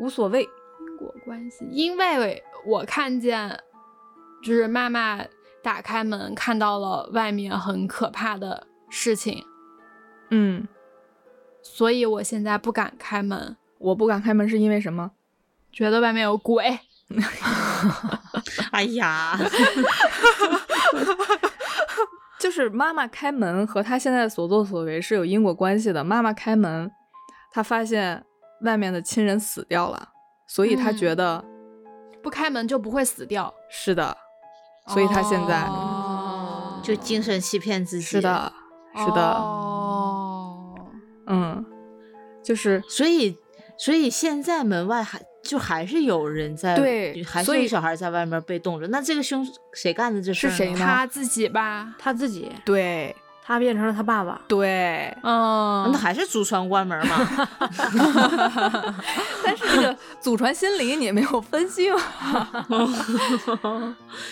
C: 无所谓。
B: 因果关系，因为我看见，就是妈妈打开门看到了外面很可怕的事情，
C: 嗯，
B: 所以我现在不敢开门，
C: 我不敢开门是因为什么？
B: 觉得外面有鬼。
A: 哎呀，
C: 就是妈妈开门和她现在的所作所为是有因果关系的。妈妈开门，她发现外面的亲人死掉了，所以她
B: 嗯
C: 觉得、
B: 不开门就不会死掉，
C: 是的，所以她现在、
B: 哦
A: 就精神欺骗自己。
C: 是，的，是的，
B: 哦，
C: 嗯，就是
A: 所以所以现在门外还就还是有人在，
C: 对
A: 还
C: 所
A: 是
C: 以
A: 有小孩在外面被冻着。那这个凶谁干的这事
C: 是
A: 儿呢
C: 谁呢
B: 他自己吧，
D: 他自己，
C: 对
D: 他变成了他爸爸。
C: 对，
B: 嗯，
A: 那还是祖传关门嘛？
C: 但是这个祖传心理你没有分析吗？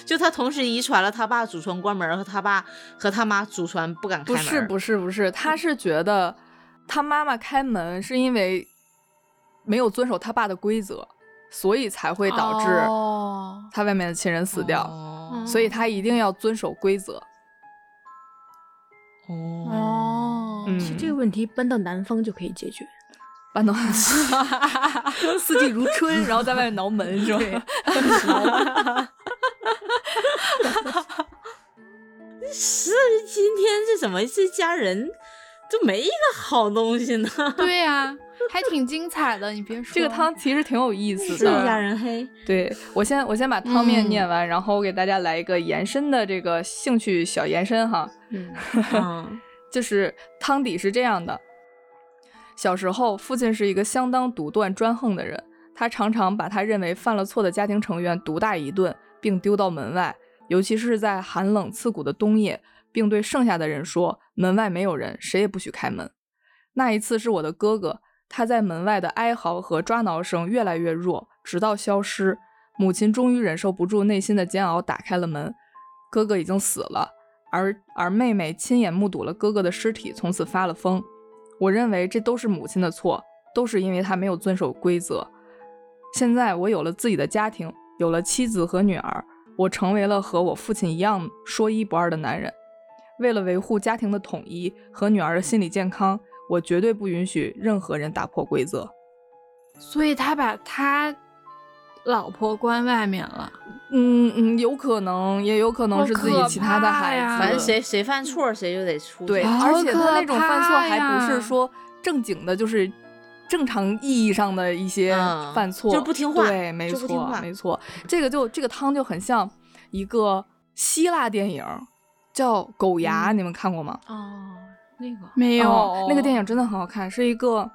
A: 就他同时遗传了他爸祖传关门儿和他爸和他妈祖传不敢开
C: 不
A: 门儿。
C: 是不是不是，他是觉得他妈妈开门是因为没有遵守他爸的规则，所以才会导致
B: 哦
C: 他外面的亲人死掉，
A: 哦
C: 所以他一定要遵守规则。
A: 哦，
B: 哦，
C: 嗯
D: 其实这个问题搬到南方就可以解决。
C: 搬 到四季如春，然后在外面 挠门是吧？
A: 是今天这怎么这家人就没一个好东西 呢？
B: 对呀、还挺精彩的，你别说
C: 这个汤其实挺有意思
A: 这
C: 的。
A: 家人 黑。
C: 对我先我先把汤面
B: 嗯
C: 念完，然后我给大家来一个延伸的这个兴趣小延伸哈。
D: 嗯，
A: 嗯
C: 就是汤底是这样的：小时候，父亲是一个相当独断专横的人，他常常把他认为犯了错的家庭成员毒打一顿，并丢到门外，尤其是在寒冷刺骨的冬夜，并对剩下的人说：“门外没有人，谁也不许开门。”那一次是我的哥哥，他在门外的哀嚎和抓挠声越来越弱，直到消失。母亲终于忍受不住内心的煎熬，打开了门。哥哥已经死了，而而妹妹亲眼目睹了哥哥的尸体，从此发了疯。我认为这都是母亲的错，都是因为她没有遵守规则。现在我有了自己的家庭，有了妻子和女儿，我成为了和我父亲一样说一不二的男人。为了维护家庭的统一和女儿的心理健康，我绝对不允许任何人打破规则。
B: 所以他把他老婆关外面了，
C: 嗯嗯，有可能，也有可能是
B: 好
C: 自己
B: 可
C: 其他的
B: 怕
C: 孩
B: 呀
C: 子，
A: 反正谁谁犯错谁就得出去。
C: 对，
B: 好
C: 而且他那种
B: 哦可
C: 犯错
B: 怕
C: 还不
B: 呀
C: 是说正经的，就是正常意义上的一些
A: 嗯
C: 犯错，
A: 就是不听话
C: 对，没
A: 就不听
C: 错
A: 话，
C: 没错。这个就这个汤就很像一个希腊电影，叫《狗牙》，
B: 嗯
C: 你们看过吗？
D: 哦，那个
B: 没
C: 哦那个电影真的很好看，是一个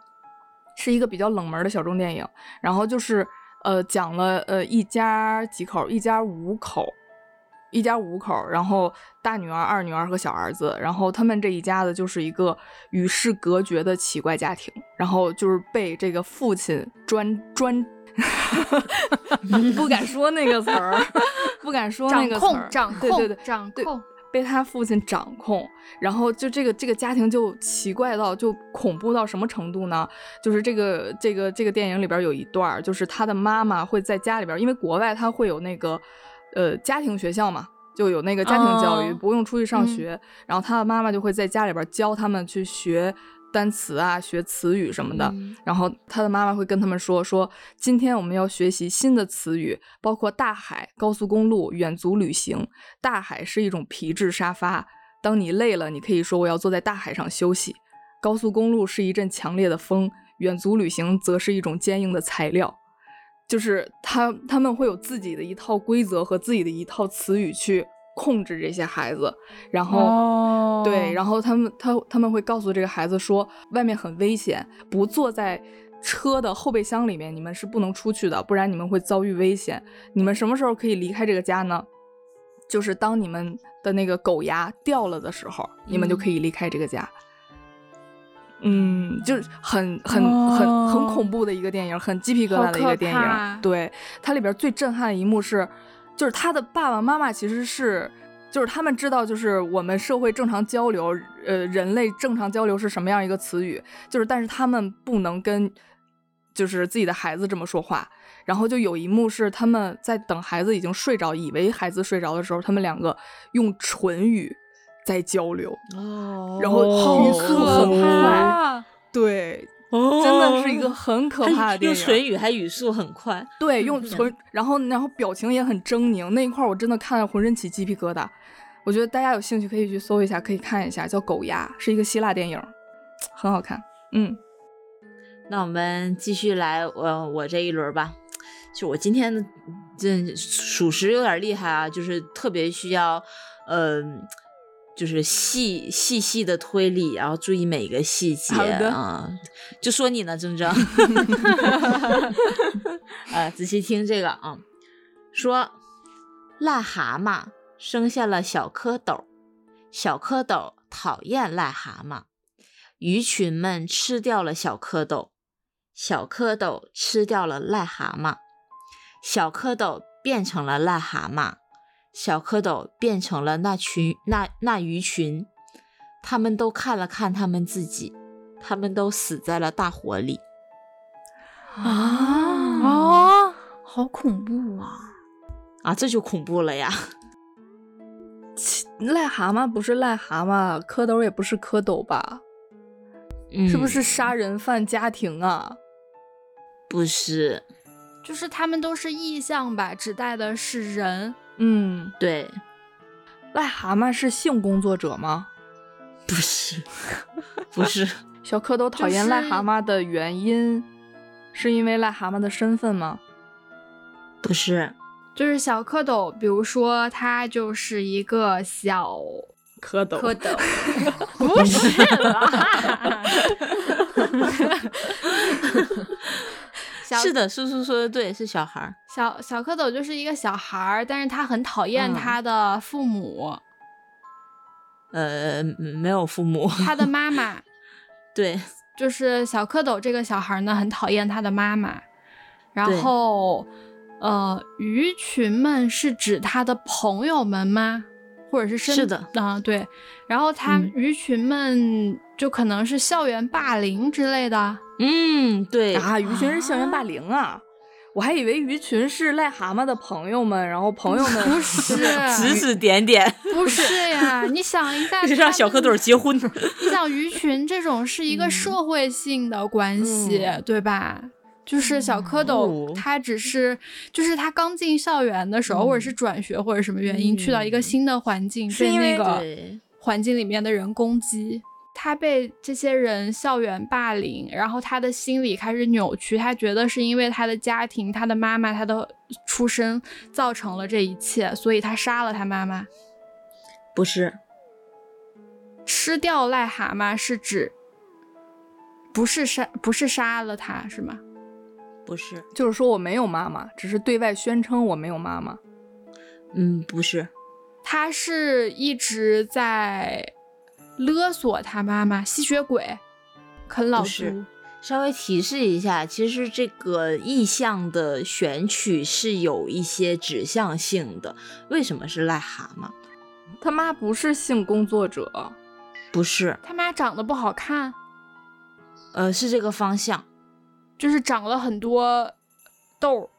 C: 是一个比较冷门的小众电影，然后就是呃讲了呃一家几口，一家五口。一家五口，然后大女儿、二女儿和小儿子，然后他们这一家子就是一个与世隔绝的奇怪家庭，然后就是被这个父亲专 专，不敢说那个词儿，不敢说那
B: 掌
C: 个词儿
B: 控，掌控，
C: 对对对，
B: 掌
C: 对
B: 控，
C: 被他父亲掌控，然后就这个这个家庭就奇怪到就恐怖到什么程度呢？就是这个这个这个电影里边有一段儿，就是他的妈妈会在家里边儿，因为国外他会有那个呃家庭学校嘛，就有那个家庭教育，
B: 哦
C: 不用出去上
B: 嗯
C: 学，然后他的妈妈就会在家里边儿教他们去学单词啊，学词语什么的。
E: 嗯
C: 然后他的妈妈会跟他们说：“说今天我们要学习新的词语，包括大海、高速公路、远足旅行。大海是一种皮质沙发，当你累了，你可以说我要坐在大海上休息。高速公路是一阵强烈的风，远足旅行则是一种坚硬的材料。”就是他他们会有自己的一套规则和自己的一套词语去控制这些孩子，然后、
D: 哦
C: 对，然后他们他他们会告诉这个孩子说，外面很危险，不坐在车的后备箱里面，你们是不能出去的，不然你们会遭遇危险。你们什么时候可以离开这个家呢？就是当你们的那个狗牙掉了的时候，你们就可以离开这个家。嗯，就是很很很很恐怖的一个电影，很鸡皮疙
B: 好
C: 瘩的一
B: 可
C: 个电影。
B: 怕
C: 对，它里边最震撼的一幕是，就是他的爸爸妈妈其实是，就是他们知道，就是我们社会正常交流，呃，人类正常交流是什么样一个词语，就是但是他们不能跟，就是自己的孩子这么说话。然后就有一幕是他们在等孩子已经睡着，以为孩子睡着的时候，他们两个用唇语在交流，
E: 哦
C: 然后
D: 好
C: 语速
D: 可
C: 很快，
B: 啊，
C: 对，
A: 哦
C: 真的是一个很可怕的
A: 还
C: 电
A: 用
C: 影。
A: 唇语还语速很快，
C: 对，用
A: 嗯
C: 唇，然后然后表情也很狰狞，那一块儿我真的看得浑身起鸡皮疙瘩。我觉得大家有兴趣可以去搜一下，可以看一下，叫《狗牙》，是一个希腊电影，很好看。嗯，
A: 那我们继续来，呃，我这一轮儿吧。就我今天的这属实有点厉害啊，就是特别需要，嗯、就是细细细的推理，然后注意每个细节
C: 好的
A: 啊、就说你呢，铮 铮， 呃，仔细听这个啊，说癞蛤蟆生下了小蝌蚪，小蝌蚪讨厌癞蛤蟆，鱼群们吃掉了小蝌蚪，小蝌蚪吃掉了癞蛤蟆，小蝌蚪变成了癞蛤蟆，小蝌蚪变成了那群那那鱼群，他们都看了看他们自己，他们都死在了大火里。
D: 啊哦，好恐怖啊！
A: 啊，这就恐怖了呀！
C: 癞蛤蟆不是癞蛤蟆，蝌蚪也不是蝌蚪吧？
A: 嗯
C: 是不是杀人犯家庭啊？
A: 不是？
B: 就是他们都是意象吧，指代的是人。
C: 嗯，
A: 对，
C: 癞蛤蟆是性工作者吗？
A: 不是，不是，
C: 小蝌蚪讨厌
B: 就是
C: 癞蛤蟆的原因，是因为癞蛤蟆的身份吗？
A: 不是，
B: 就是小蝌蚪，比如说它就是一个小
C: 蝌蚪
B: 蝌蚪，不是啦，小
A: 是的，叔叔说的对，是小孩儿。
B: 小小蝌蚪就是一个小孩儿，但是他很讨厌
A: 嗯
B: 他的父母，
A: 呃，没有父 母，
B: 他的妈妈。
A: 对，
B: 就是小蝌蚪这个小孩儿呢，很讨厌他的妈妈。然
A: 对
B: 后，呃，鱼群们是指他的朋友们吗？或者是身
A: 是的
B: 啊、对。然后他
A: 嗯
B: 鱼群们就可能是校园霸凌之类的。
A: 嗯，对，
C: 啊，鱼群是校园霸凌啊！我还以为鱼群是癞蛤蟆的朋友们，然后朋友们
B: 不是，
A: 指指点 点，
B: 不是呀！你想一 下，
A: 让小蝌蚪结婚。嗯
B: 你想鱼群这种是一个社会性的关系，对吧？就是小蝌
A: 哦
B: 蚪，它只是，就是它刚进校园的时候，
A: 嗯
B: 或者是转学或者什么原因，
A: 嗯
B: 去到一个新的环境，
C: 是
B: 被
C: 因为
B: 那个
A: 对
B: 环境里面的人攻击，他被这些人校园霸凌，然后他的心理开始扭曲，他觉得是因为他的家庭、他的妈妈、他的出身造成了这一切，所以他杀了他妈妈。
A: 不是，
B: 吃掉癞蛤蟆是指不是杀不是杀了它是吗？
A: 不是，
C: 就是说我没有妈妈，只是对外宣称我没有妈 妈。
A: 嗯，不是，
B: 它是一直在勒索他妈妈，吸血鬼啃老
A: 不是
B: 族。
A: 稍微提示一下，其实这个意象的选取是有一些指向性的。为什么是癞蛤蟆？
C: 他妈不是性工作者，
A: 不是，
B: 他妈长得不好看，
A: 呃，是这个方向，
B: 就是长了很多痘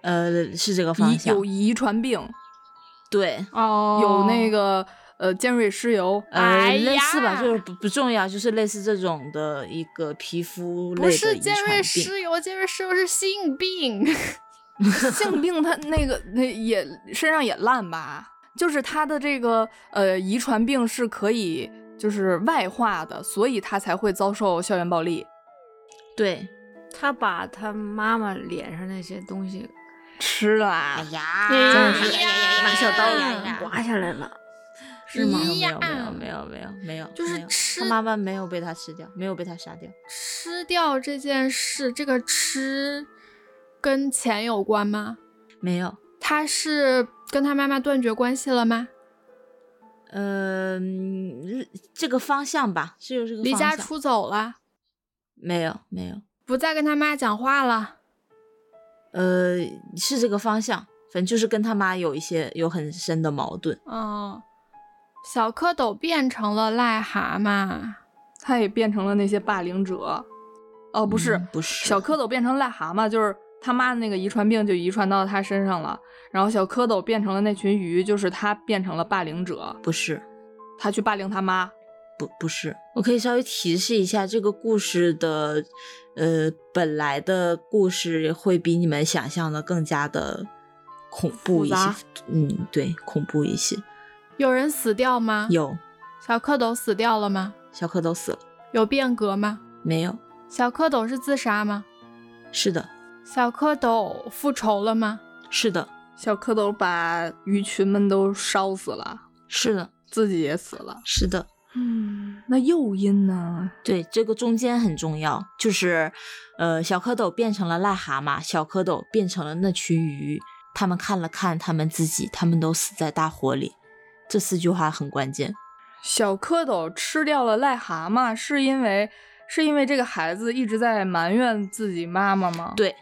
A: 呃，是这个方
C: 遗
A: 向
C: 有。遗传病，
A: 对，
B: 儿哦
C: 有那
B: 个
C: 个呃尖锐湿疣，
A: 呃，
B: 哎
A: 类似吧，
B: 呀
A: 就是不不重要，就是类似这种的一个皮肤类
B: 不
A: 的
B: 是
A: 遗
B: 尖
A: 传
B: 锐
A: 病
B: 湿疣，尖锐湿疣是性病。
C: 性病它那个那也身上也烂吧，就是它的这个呃遗传病是可以就是外化的，所以它才会遭受校园暴力。
A: 对，
D: 他把他妈妈脸上那些东西
C: 吃啦，
A: 啊呀
B: 真
D: 真
B: 是
D: 是
B: 哎哎呀呀呀
D: 拿小
B: 呀
D: 刀
B: 哎
A: 哎
B: 呀
D: 刮下来了，是
B: 吗
D: 吗？
A: 没有没
B: 呀
A: 有没有没有没有，
B: 就是
A: 没有
B: 吃
A: 他妈妈没有被他吃掉，没有被他杀掉。
B: 吃掉这件事，这个吃跟钱有关吗？
A: 没有，
B: 他是跟他妈妈断绝关系了吗？
A: 呃，嗯这个方向吧，是有这个
B: 离
A: 方
B: 家
A: 向
B: 出走了，
A: 没有没有，
B: 不再跟他妈讲话了，
A: 呃，是这个方向，反正就是跟他妈有一些有很深的矛盾。
B: 哦，小蝌蚪变成了癞蛤蟆，
C: 它也变成了那些霸凌者。哦，不是，
A: 嗯不是
C: 小蝌蚪变成癞蛤蟆，就是他妈那个遗传病就遗传到他身上了。然后小蝌蚪变成了那群鱼，就是他变成了霸凌者，
A: 不是
C: 他去霸凌他妈。
A: 不不是，我可以稍微提示一下，这个故事的，呃，本来的故事会比你们想象的更加的恐怖一些
D: 杂。
A: 嗯，对，恐怖一些。
B: 有人死掉吗？。
A: 有
B: 小蝌蚪死掉了吗？
A: 小蝌蚪死了
B: 有变革吗？
A: 没有？
B: 小蝌蚪是自杀吗？
A: 是的，
B: 小蝌蚪复仇了吗？
A: 是的，
C: 小蝌蚪把鱼群们都烧死了，
A: 是的，
C: 自己也死了。
A: 是的。
C: 嗯，那诱因呢？
A: 对，这个中间很重要，就是，呃，小蝌蚪变成了癞蛤蟆，小蝌蚪变成了那群鱼，他们看了看他们自己，他们都死在大火里，这四句话很关键。
C: 小蝌蚪吃掉了癞蛤蟆，是因为是因为这个孩子一直在埋怨自己妈妈吗？，
A: 对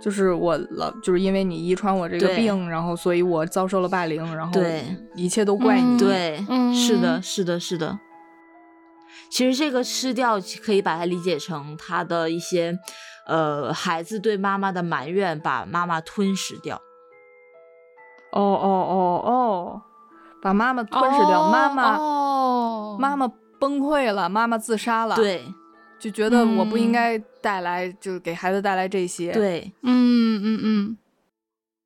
C: 就是我老就是因为你遗传我这个
A: 对
C: 病，然后所以我遭受了霸凌，然后
A: 对
C: 一切都怪你。
B: 嗯
A: 对，是的，
B: 嗯
A: 是的，是的。其实这个吃掉可以把它理解成他的一些，呃，孩子对妈妈的埋怨，把妈妈吞噬掉。
C: 哦哦哦哦，把妈妈吞噬掉，
B: 哦
C: 妈妈、
B: 哦，
C: 妈妈崩溃了，妈妈自杀了，，
A: 对
C: 就觉得我不
B: 嗯
C: 应该带来，就给孩子带来这些。，
A: 对，
B: 嗯嗯嗯，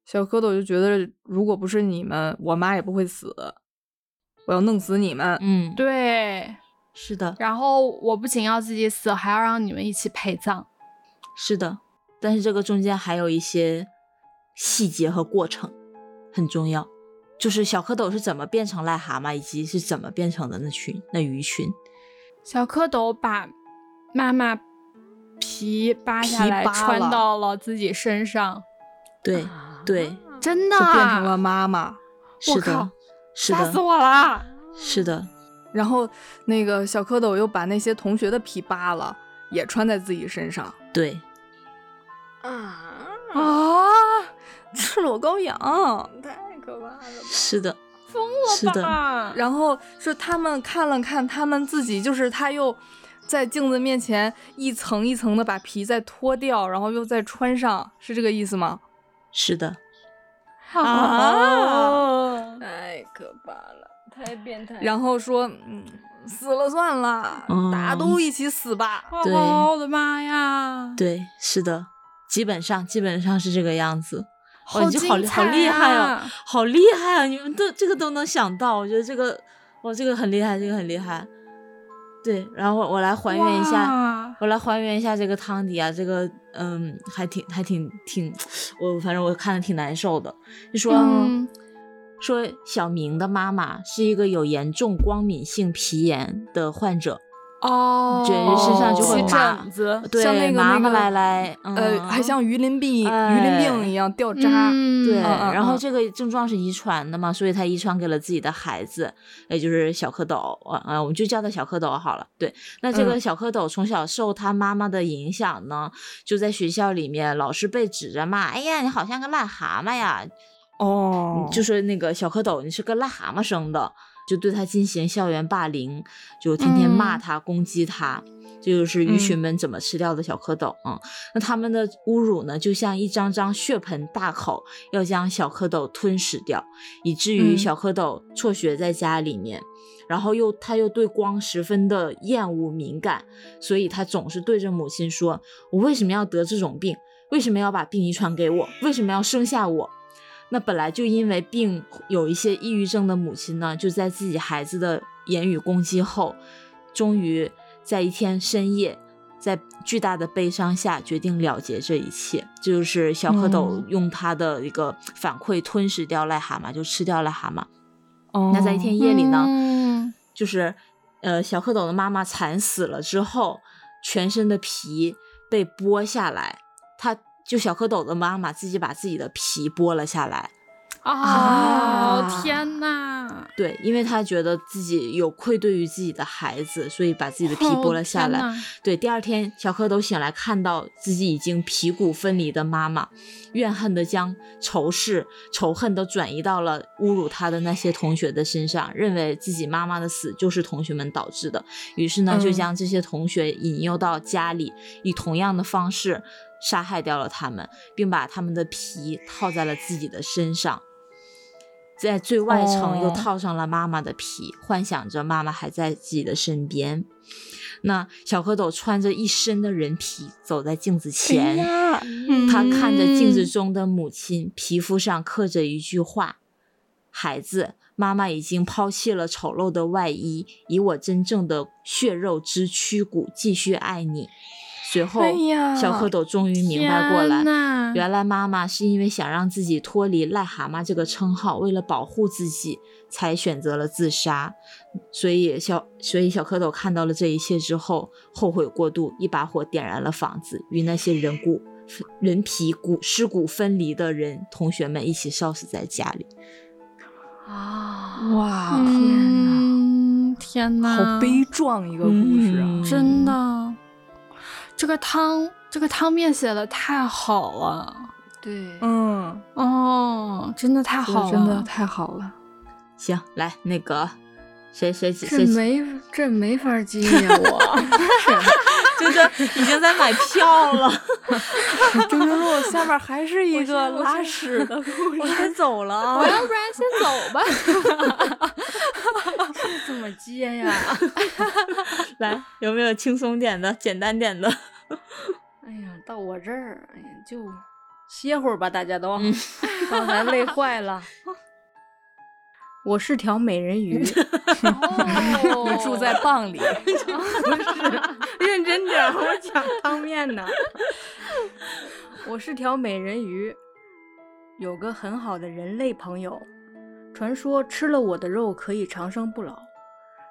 C: 小蝌蚪就觉得，如果不是你们，我妈也不会死，我要弄死你们。
A: 嗯，
B: 对。
A: 是的，
B: 然后我不仅要自己死，还要让你们一起陪葬。
A: 是的，但是这个中间还有一些细节和过程很重要，就是小蝌蚪是怎么变成癞蛤蟆，以及是怎么变成的那群那鱼群。
B: 小蝌蚪把妈妈皮扒下
C: 皮
B: 来，
C: 扒
B: 穿
C: 了
B: 到了自己身上，
A: 对
B: 啊
D: 啊
A: 对，
B: 真的
C: 就
B: 啊
C: 变成了妈妈。
A: 是
B: 靠
A: 的，是
B: 吓死
A: 的，
B: 我了！
A: 是的，
C: 然后那个小蝌蚪又把那些同学的皮扒了，也穿在自己身上
A: 对，
D: 啊，
B: 哦
C: 啊，赤裸羔羊。
D: 太可怕了！
A: 是的，
B: 疯
A: 是
B: 了
A: 的啊
B: 吧？
C: 然后是他们看了看他们自己，就是他又在镜子面前一层一层的把皮再脱掉，然后又再穿上，是这个意思吗？
A: 是的，
B: 啊！
D: 太可怕了，太变态
C: 然后说，嗯，死了算了，
A: 嗯
C: 大家都一起死吧。
A: 对
B: 哦，我的妈呀！
A: 对，是的，基本上基本上是这个样子。哇，
B: 好
A: 你就好
B: 精
A: 好
B: 彩
A: 厉害
B: 啊
A: 哦，好厉害啊！你们都这个都能想到，我觉得这个，哇，这个很厉害，这个很厉害。对，然后我我来还原一下，
B: 哇，
A: 我来还原一下这个汤底啊，这个嗯，还挺还挺挺，我反正我看的挺难受的。就说、
B: 嗯
A: 说小明的妈妈是一个有严重光敏性皮炎的患者，
B: 哦，
A: 这人身上就
C: 会
B: 起
A: 麻
B: 疹子，
A: 对，
C: 像那个
A: 麻
C: 那
A: 麻
C: 个
A: 来来，嗯、
C: 呃，还像鱼鳞病、
A: 哎
C: 鱼鳞病一样掉渣。
B: 嗯
A: 对，
C: 嗯嗯
A: 然后
C: 嗯
A: 这个症状是遗传的嘛，所以他遗传给了自己的孩子，也就是小蝌蚪，啊、啊，我们就叫他小蝌蚪好了。对，那这个
C: 嗯
A: 小蝌蚪从小受他妈妈的影响呢，就在学校里面老是被指着骂，哎呀，你好像个癞蛤蟆呀，嗯
C: 哦
A: 就是是那个小蝌蚪，你是个癞蛤蟆生的，就对他进行校园霸凌，就天天骂
B: 嗯
A: 他、攻击他。这就是鱼
C: 嗯
A: 群们怎么吃掉的小蝌蚪。嗯，那它们的侮辱呢，就像一张张血盆大口，要将小蝌蚪吞噬掉，以至于
C: 嗯
A: 小蝌蚪辍学在家里面。然后又，它又对光十分的厌恶敏感，所以它总是对着母亲说：“我为什么要得这种病？为什么要把病遗传给我？为什么要生下我？那本来就因为病有一些抑郁症的母亲呢，就在自己孩子的言语攻击后，终于在一天深夜，在巨大的悲伤下决定了结这一切。这就是小蝌蚪
B: 哦
C: 嗯
A: 用它的一个反馈吞噬掉癞蛤蟆，就吃掉癞蛤蟆。
C: 哦
A: 那在一天夜里呢，
B: 嗯
A: 就是呃小蝌蚪的妈妈惨死了之后，全身的皮被剥下来，它就小蝌蚪的妈妈自己把自己的皮剥了下来。啊
B: 哦，啊天呐，
A: 对，因为她觉得自己有愧对于自己的孩子，所以把自己的皮剥了下
B: 哦
A: 来。
B: 天呐
A: 对，第二天小蝌蚪醒来，看到自己已经皮骨分离的妈妈，怨恨的将仇视、仇恨都转移到了侮辱她的那些同学的身上，认为自己妈妈的死就是同学们导致的，于是呢，就
C: 嗯
A: 将这些同学引诱到家里，以同样的方式杀害掉了他们，并把他们的皮套在了自己的身上。在最外层又
C: 哦
A: 套上了妈妈的皮，幻想着妈妈还在自己的身边。那小蝌蚪穿着一身的人皮走在镜子前，他看着镜子中的母亲，皮肤上刻着一句话：“孩子，妈妈已经抛弃了丑陋的外衣，以我真正的血肉之躯骨继续爱你。”随后，
C: 哎呀
A: 小蝌蚪终于明白过来
B: 天，呐
A: 原来妈妈是因为想让自己脱离癞蛤蟆这个称号，为了保护自己，才选择了自杀。所以小，所以小蝌蚪看到了这一切之后，后悔过度，一把火点燃了房子，与那些人骨、人皮骨、尸骨分离的人同学们一起烧死在家里。
D: 啊，
C: 哇，
B: 嗯天呐，
C: 好悲壮一个故事啊！
A: 嗯
B: 真的，这个汤这个汤面写的太好了
D: 对，
C: 嗯，
B: 哦，真的太
C: 这
B: 好了，
C: 真的太好 了。
A: 行，来那个谁谁谁
D: 这
A: 谁，
D: 没这没法记呀，我
A: 就是 已经在买票了，
C: 丁真路下面还是一个
D: 我先
C: 拉屎的故
A: 我
C: 事，
A: 先走了啊
B: 我。要不然先走吧。
D: 怎么接呀？
A: 来，有没有轻松点的、简单点的？
D: 哎呀，到我这儿，哎呀，就歇会儿吧，大家都，刚才累坏了。我是条美人鱼，
B: 哦
C: 你 住 在蚌里，
D: 不是， 认真点儿，我讲汤面呢。我是条美人鱼，有个很好的人类朋友，传说吃了我的肉可以长生不老。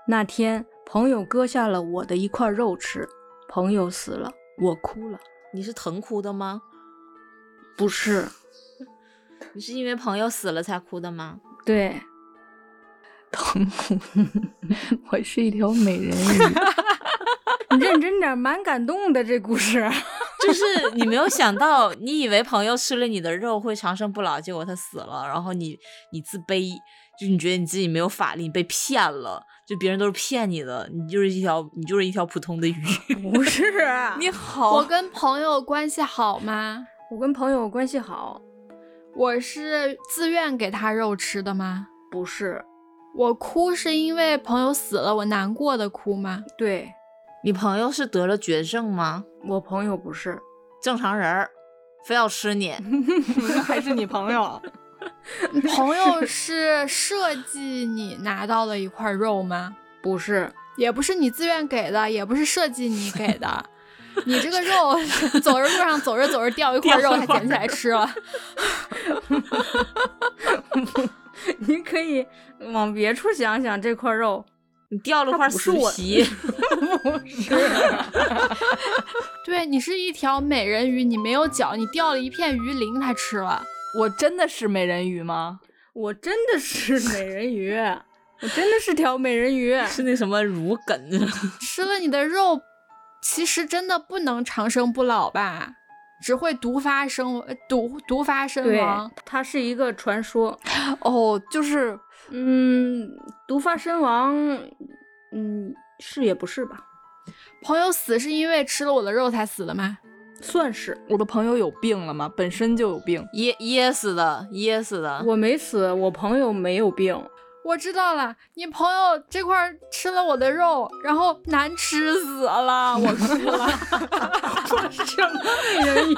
D: 那天，朋友割下了我的一块肉吃，朋友死了，我哭了。
A: 你是疼哭的吗？
D: 不是，
A: 你是因为朋友死了才哭的吗？
D: 对，
C: 疼苦。我是一条美人 鱼，
D: 你认真点儿，蛮感动的这故事。
A: 就是你没有想到，你以为朋友吃了你的肉会长生不老，结果他死了，然后你你自卑，就你觉得你自己没有法力，你被骗了，就别人都是骗你的，你就是一条你就是一条普通的鱼。
D: 不是，
C: 你
B: 我
C: 好，
B: 跟朋友关系好吗？
D: 我跟朋友关系好，
B: 我是自愿给他肉吃的吗？
D: 不是，
B: 我哭是因为朋友死了，我难过的哭吗？
D: 对
A: 你朋友是得了绝症吗？
D: 我朋友不是，
A: 正常人儿，非要吃你，
C: 还 是你朋友？
B: 朋友是设计你拿到了一块肉吗？
D: 不是，
B: 也不是你自愿给的，也不是设计你给的。 你这个肉走着路上走着走着掉一块肉，
A: 掉一
B: 还
A: 块
B: 捡起来吃了。
D: 你可以往别处想想这块肉，
A: 你掉了块
D: 不
A: 死
D: 是我
A: 皮，
D: 不是，
B: 对你是一条美人鱼，你没有脚，你掉了一片鱼鳞，它吃了。
C: 我真的是美人鱼吗？
D: 我真的 是美人鱼，我真的是条美人鱼，
A: 是那什么乳梗。
B: 吃了你的肉，其实真的不能长生不老吧？只会毒发生呃毒毒发身
D: 对
B: 亡。，
D: 它是一个传说，
C: 哦，就是
D: 嗯，毒发身亡，嗯，是也不是吧？
B: 朋友死是因为吃了我的肉才死的吗？
D: 算是
C: 我的朋友有病了吗？本身就有病。
A: 噎噎死的，噎死的。
D: 我没死，我朋友没有病，
B: 我知道了，你朋友这块儿吃了我的肉，然后难吃死了，我哭了。
D: 我 什么美人鱼？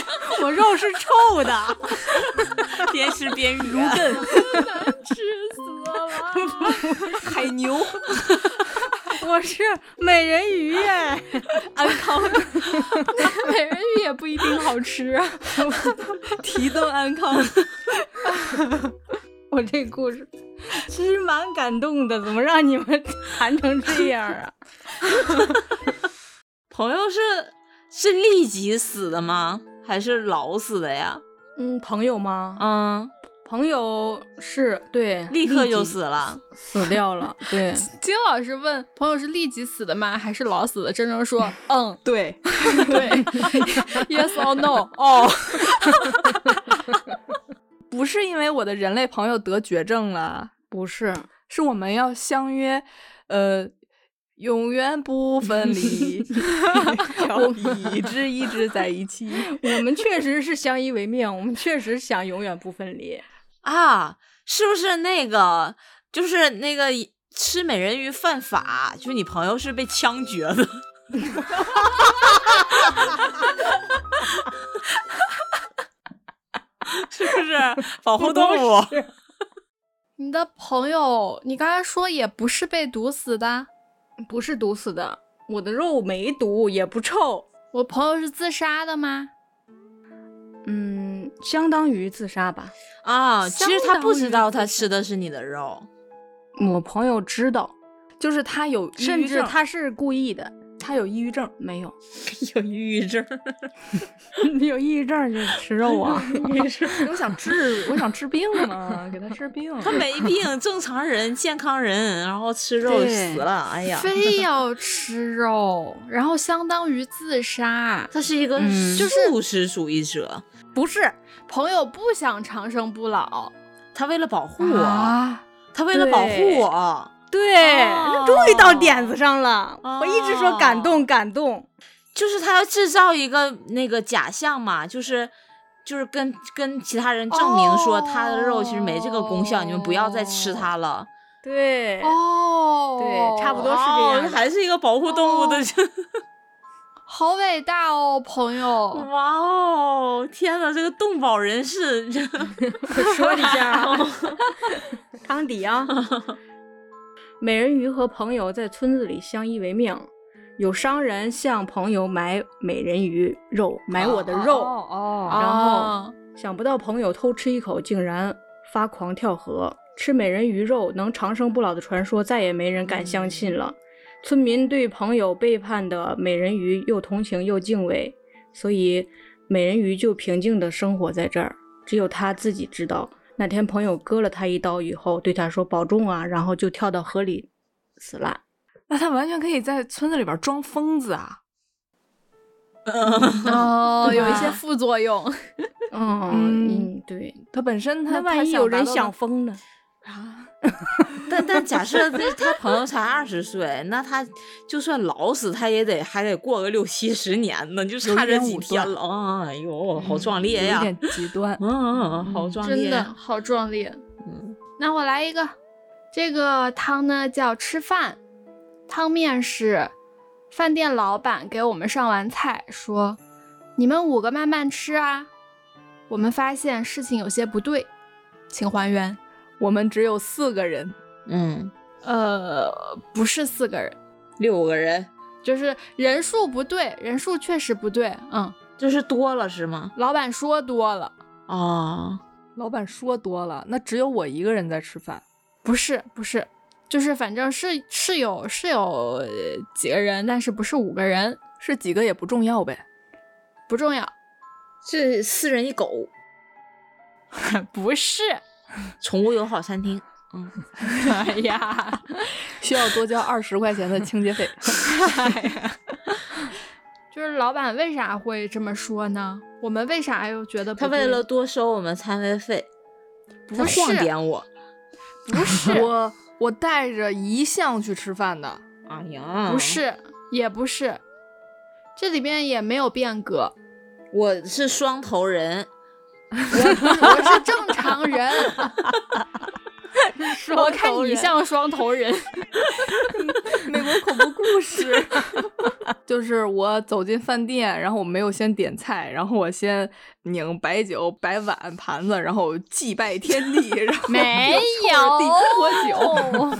D: 我肉是臭的，
A: 边吃 边如梗，
B: 吃死了！
C: 海牛，
D: 我是美人鱼耶！
A: 安康。
B: 美人鱼也不一定好吃。啊
C: 提灯安康。
D: 我这故事其实蛮感动的，怎么让你们谈成这样 啊？
A: 朋友是是立即死的吗？还是老死的呀？
D: 嗯，朋友吗？
A: 嗯，
D: 朋友是对，
A: 立刻就
D: 即
A: 死了。
D: 死掉了， 对，
B: 金老师问朋友是立即死的吗？还是老死的？真真说，嗯，
C: 对，
B: 对 ，yes or no？哦，
C: 不是因为我的人类朋友得绝症了，
D: 不是，
C: 是我们要相约，呃，永远不分 离，要一直一直在一起。
D: 我们确实是相依为命，我们确实想永远不分离。
A: 啊，是不是那个就是那个吃美人鱼犯法？就你朋友是被枪决的， 是不是保护动物？
B: 你的朋友，你刚才说也不是被毒死的，
D: 不是毒死的，我的肉没毒，也不臭，
B: 我朋友是自杀的吗？
D: 嗯，相当于自杀吧。
A: 啊，其实
B: 相
A: 他不
B: 当
A: 知
B: 于
A: 道
B: 自
A: 他吃的是你的肉。
D: 我朋友知道，
C: 就是他有抑郁
D: 甚至
C: 症
D: 他是故意的，
C: 他有抑郁症，
D: 没 有，
A: 有抑郁症，
D: 有抑郁症就吃肉 啊。
C: 我想治，我想治病嘛，给他治病。
A: 他没病，正常人、健康人，然后吃肉
D: 对
A: 死了。哎呀，
B: 非要吃肉，然后相当于自杀。
A: 他是一个
D: 嗯
B: 就是
A: 素食主义者，
D: 不是，
B: 朋友不想长生不老
A: 他为了保护我，
B: 啊，
A: 他为了保护
D: 对
A: 我。
D: 对，
B: 哦
D: 终于到点子上了。
A: 哦
D: 我一直说感动，感动。
A: 就是他要制造一个那个假象嘛，就是就是跟跟其他人证明说他的肉其实没这个功效，你们不要再吃它了。
D: 对，
B: 哦，
D: 对差不多是这
A: 哦
D: 样哦的
A: 还是一个保护动物的。
B: 好伟大哦，朋友。
A: 哇哦，天哪，这个动保人士，
D: 说一 下 啊， 汤 底啊。美人鱼和朋友在村子里相依为命，有商人向朋友买美人鱼肉， 买我的肉。
C: 哦，
D: 然后
B: 啊
D: 想不到朋友偷吃一口，竟然发狂跳河。吃美人鱼肉能长生不老的传说，再也没人敢相信了。村民对朋友背叛的美人鱼又同情又敬畏，所以美人鱼就平静地生活在这儿。只有他自己知道，那天朋友割了他一刀以后，对他说“保重啊”，然后就跳到河里死了。
C: 那他完全可以在村子里边装疯子啊！
B: 哦，
D: 对
B: 有
D: 吧
B: 一些副作用。
D: 嗯
C: 嗯
D: 嗯，对。
C: 他本身他
D: 那万一有人想啊疯呢？
A: 但但假设这他朋友才二十岁，那他就算老死，他也得还得过个六七十年呢，就差这几天了。啊哎呦，好壮烈呀！
C: 有点极端。
A: 嗯，好壮烈
B: 真的好壮烈。
A: 嗯，
B: 那我来一个，这个汤呢叫吃饭，汤面是饭店老板给我们上完菜，说你们五个慢慢吃啊。我们发现事情有些不对，请还原。
C: 我们只有四个人，
A: 嗯，
B: 呃，不是四个人，
A: 六个人
B: 就是人数不对，人数确实不对。嗯，
A: 就是多了是吗？
B: 老板说多了，
A: 啊，
C: 老板说多了，那只有我一个人在吃饭。
B: 不是不是，就是反正是是有是有呃几个人，但是不是五个人，
C: 是几个也不重要呗。
B: 不重要。
A: 是四人一狗，
B: 不是，
A: 宠物友好餐厅。
B: 哎呀，
C: 需要多交二十块钱的清洁 费。
B: 就是老板为啥会这么说呢？我们为啥又觉得不
A: 他为
B: 对
A: 了多收我们餐位费，他
B: 不是
A: 晃点我。
B: 不是
C: 我我带着一项去吃饭的，
A: 哎呀，
B: 不，是也不是，这里边也没有变革，
A: 我是双头人，
B: 我是正常人。 我看
D: 头
B: 你
D: 人
B: 像双头人，
C: 美国恐怖故事， 就是我走进饭店，然后我没有先点菜，然后我先拧白酒、摆碗、盘子，然后祭拜天地，然后
B: 没
C: 朝着地
B: 有
C: 泼酒。，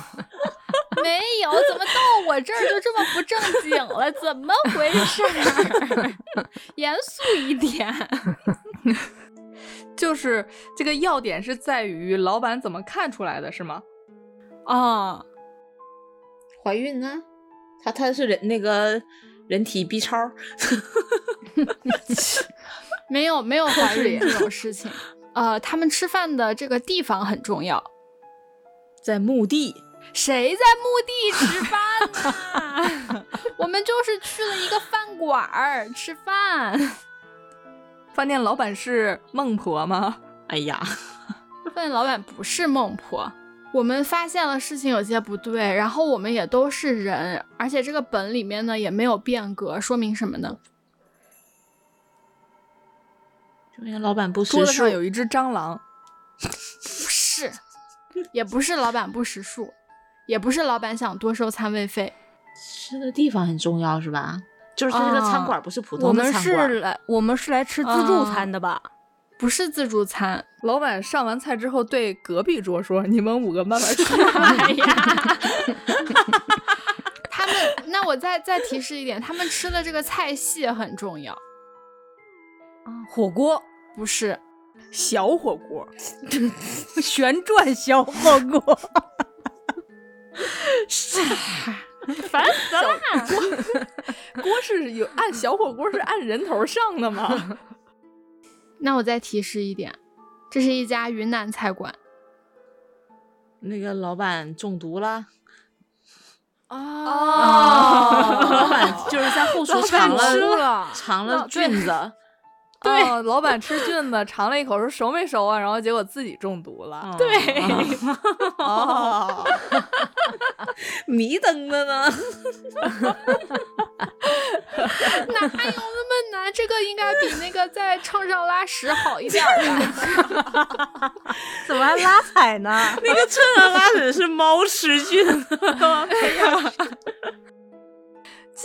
B: 没有，怎么到我这儿就这么不正经了？怎么回事儿？ 严肃一点。
C: 就是这个要点是在于老板怎么看出来的，是吗？
B: 啊、
A: 怀孕呢、他他是人那个人体 B 超，
B: 没有没有 怀孕这种事情。呃，他们吃饭的这个地方很重要。
A: 在墓地，
B: 谁在墓地吃饭呢？ 我们就是去了一个饭馆儿吃饭，
C: 饭店老板是孟婆吗？
A: 哎呀，
B: 问老板不是孟婆。我们发现了事情有些不对，然后我们也都是人，而且这个本里面呢也没有变革，说明什么呢？
A: 说明老板不
C: 桌
A: 识
C: 子
A: 数
C: 上，有一只蟑螂，
B: 不是，也不是老板不识数，也不是老板想多收餐位费。
A: 吃的地方很重要是吧？就是他这个餐馆不哦是普
D: 我
A: 通的
D: 们
A: 餐馆，
D: 是来我们是来吃自助
B: 啊
D: 餐的吧？
B: 不是自助餐，
C: 老板上完菜之后对隔壁桌说：“你们五个慢慢 吃。
B: 哎呀，他们那我再再提示一点，他们吃的这个菜系很重要，
D: 火锅，
B: 不是
D: 小火锅， 旋转小火锅，
B: 烦死
C: 啊
B: 了。
C: 锅是有按小火锅是按人头上的 吗？
B: 那我再提示一点，这是一家云南菜馆，
A: 那个老板中毒 了，
D: 哦
A: 老板就是在后厨尝
D: 老板吃
A: 了
D: 了
A: 尝了菌 子，
C: 对、哦老板吃菌子尝了一口，说熟没熟啊？然后结果自己中毒了。
A: 对，
C: 哦，
A: 迷瞪的 呢，
B: 哪有那么难？这个应该比那个在秤上拉屎好一点儿 吧？哎
D: 怎么还拉踩呢？
A: 那个趁热拉屎是猫吃菌，
C: 这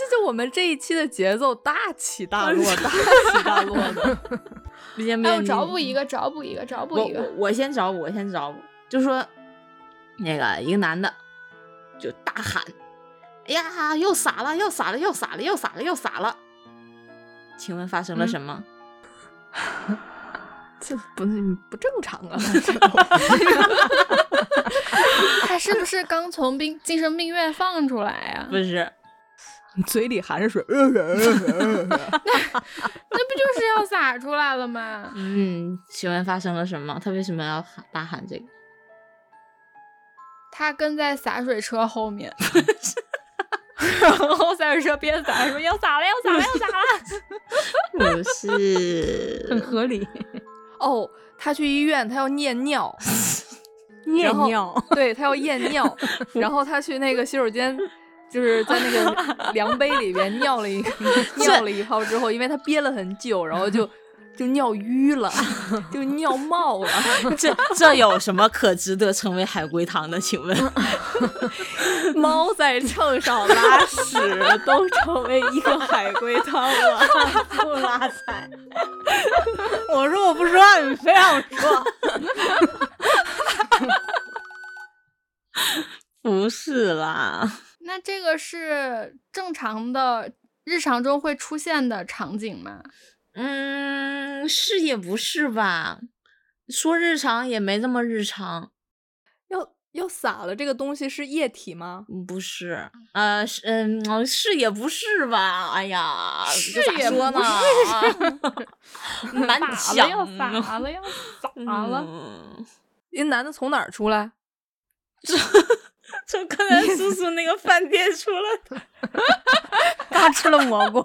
C: 就我们这一期的节奏大起
A: 哎
C: 大 落，大起大落的。
A: 不行不
B: 哎，
A: 行，
B: 我
A: 你
B: 找补一个，找补一个，找补
A: 我
B: 一个
A: 我我先找补，我先找补，就说那个一个男的就大喊：“哎呀，又洒了，又洒了，又洒了，又洒了，又洒了！”请问发生了什么？
C: 这不不正常啊！
B: 他是不是刚从病精神病院放出来呀、
A: 不是，
C: 嘴里含着水，
B: 那不就是要撒出来了吗？
A: 嗯，请问发生了什么？他为什么要喊大喊这个？
B: 他跟在洒水车后面， 然后洒水车边洒说要洒了，要洒了，要洒了。
A: 不是，
D: 合 理，
C: 哦，他去医院，他要验尿，
D: 夜
C: 然后
D: 尿，
C: 对他要验 尿，然后他去那个洗手间，就是在那个量杯里边尿了 一 尿了一泡之后，因为他憋了很久，然后 就就尿淤了，就尿冒 了，
A: 这这有什么可值得成为海龟汤的？请问，
C: 猫在秤上拉屎，
D: 都成为一个海龟汤了，不拉踩。我说我不说，你非让 说，
A: 不是啦，
B: 那这个是正常的日常中会出现的场景吗？
A: 嗯，是也不是吧？说日常也没这么日常，
C: 要要洒了。这个东西是液体吗？
A: 嗯不是，呃，是，嗯，哦是也不是吧？哎呀，这咋
B: 也
A: 说
B: 不
A: 呢，啊难
B: 咋
A: 讲
B: 了要
A: 啊
B: 咋了要咋了？
A: 嗯
C: 那男的从哪儿出来？
A: 从刚才叔叔那个饭店出来的，
D: 他吃了蘑菇，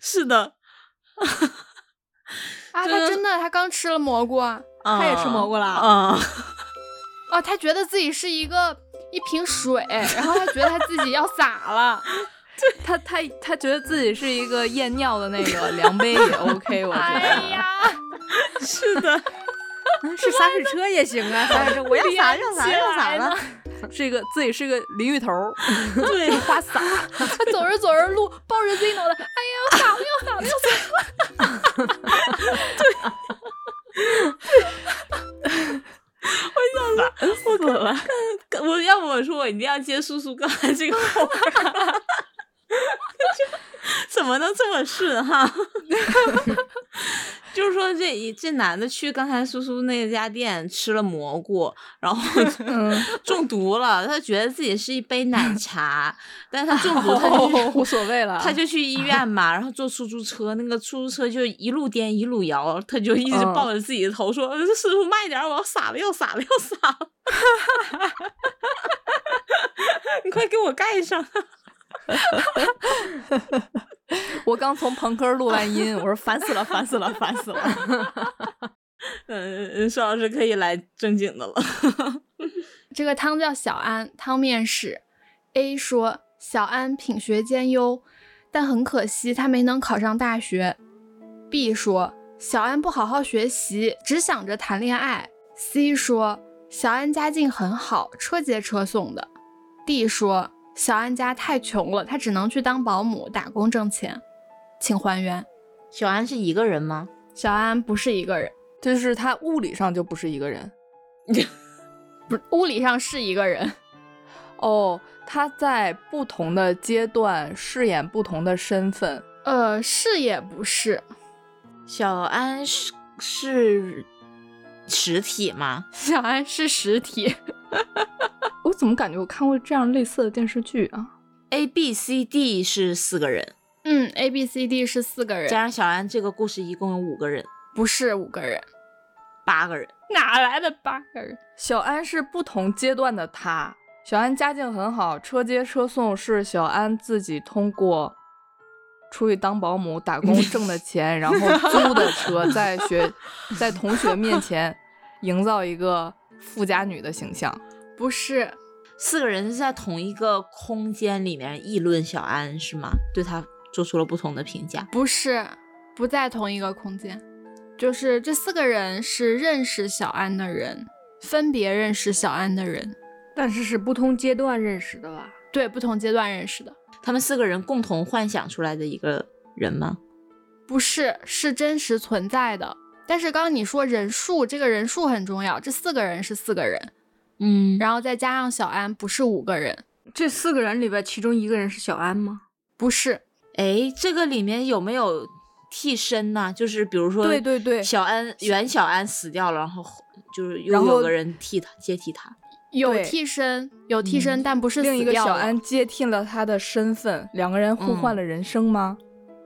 A: 是的，
B: 啊，他真的，他刚吃了蘑菇啊！
A: 他
C: 也吃蘑菇啦
A: 啊，
B: 哦，他觉得自己是一个一瓶水，然后他觉得他自己要洒了，
C: 他他他觉得自己是一个验尿的那个量杯也 OK，我觉
B: 哎
C: 得。
B: 呀，
A: 是的，
D: 嗯是洒水车也行啊，洒水 车我
C: 哎
D: 要洒要洒要洒了，
C: 是一个自己是个淋浴头儿，
A: 对，
C: 花洒，
B: 他走着走着路，抱着自己脑袋，哎呀，要洒了，要洒了，要洒了，
A: 我可了，我要不我说我一定要接叔叔刚才这个活儿了， 怎么能这么顺哈？ 就是说这一这男的去刚才叔叔那家店吃了蘑菇，然后 中毒了，他觉得自己是一杯奶茶，但是他中毒他就去
C: 无所谓了。
A: 他就去医院嘛，然后坐出租车，那个出租车就一路颠一路摇，他就一直
C: 嗯
A: 抱着自己的头说：“呃师傅慢一点，我要洒了，要洒了，要洒 了！你快给我盖上！”
C: 我刚从朋克录完音，我说烦死了，烦死了，烦死了。
A: 嗯，邵老师可以来正经的了。
B: 这个汤叫小安，汤面试。A 说小安品学兼优，但很可惜他没能考上大学。B 说小安不好好学习，只想着谈恋爱。C 说小安家境很好，车接车送的。D 说小安家太穷了，他只能去当保姆打工挣钱。请还原，
A: 小安是一个人吗？
B: 小安不是一个人，
C: 就是他物理上就不是一个人
B: 不是物理上是一个人。
C: 哦，他在不同的阶段饰演不同的身份。
B: 呃，是也不是，
A: 小安是是实体吗？
B: 小安是实体。
C: 我怎么感觉我看过这样类似的电视剧啊？
A: A B C D 是四个人，
B: 嗯，A B C D 是四个
A: 加
B: 人，
A: 上小安这个故事一共有五个人，
B: 不是五个人，
A: 八个人。
B: 哪来的八个人？
C: 小安是不同阶段的他。小安家境很好，车接车送是小安自己通过出去当保姆打工挣的钱，然后租的车，在学在同学面前营造一个富家女的形象。
B: 不是，
A: 四个人是在同一个空间里面议论小安是吗？对他做出了不同的评价。
B: 不是，不在同一个空间。就是这四个人是认识小安的人，分别认识小安的人，
D: 但是是不同阶段认识的吧？
B: 对，不同阶段认识的。
A: 他们四个人共同幻想出来的一个人吗？
B: 不是，是真实存在的。但是刚刚你说人数，这个人数很重要，这四个人是四个人，
A: 嗯，
B: 然后再加上小安不是五个人，
D: 这四个人里边，其中一个人是小安吗？
B: 不是，
A: 哎，这个里面有没有替身呢？就是比如说，
C: 对对对
A: 小安原小安死掉了，然后就是又
C: 然后
A: 有个人替他接替他。
B: 有
C: 对
B: 替身，有替身，但不是
C: 另一
B: 死
C: 个
B: 掉
C: 小
B: 了
C: 安接替了他的身份，两个人互换了人生吗？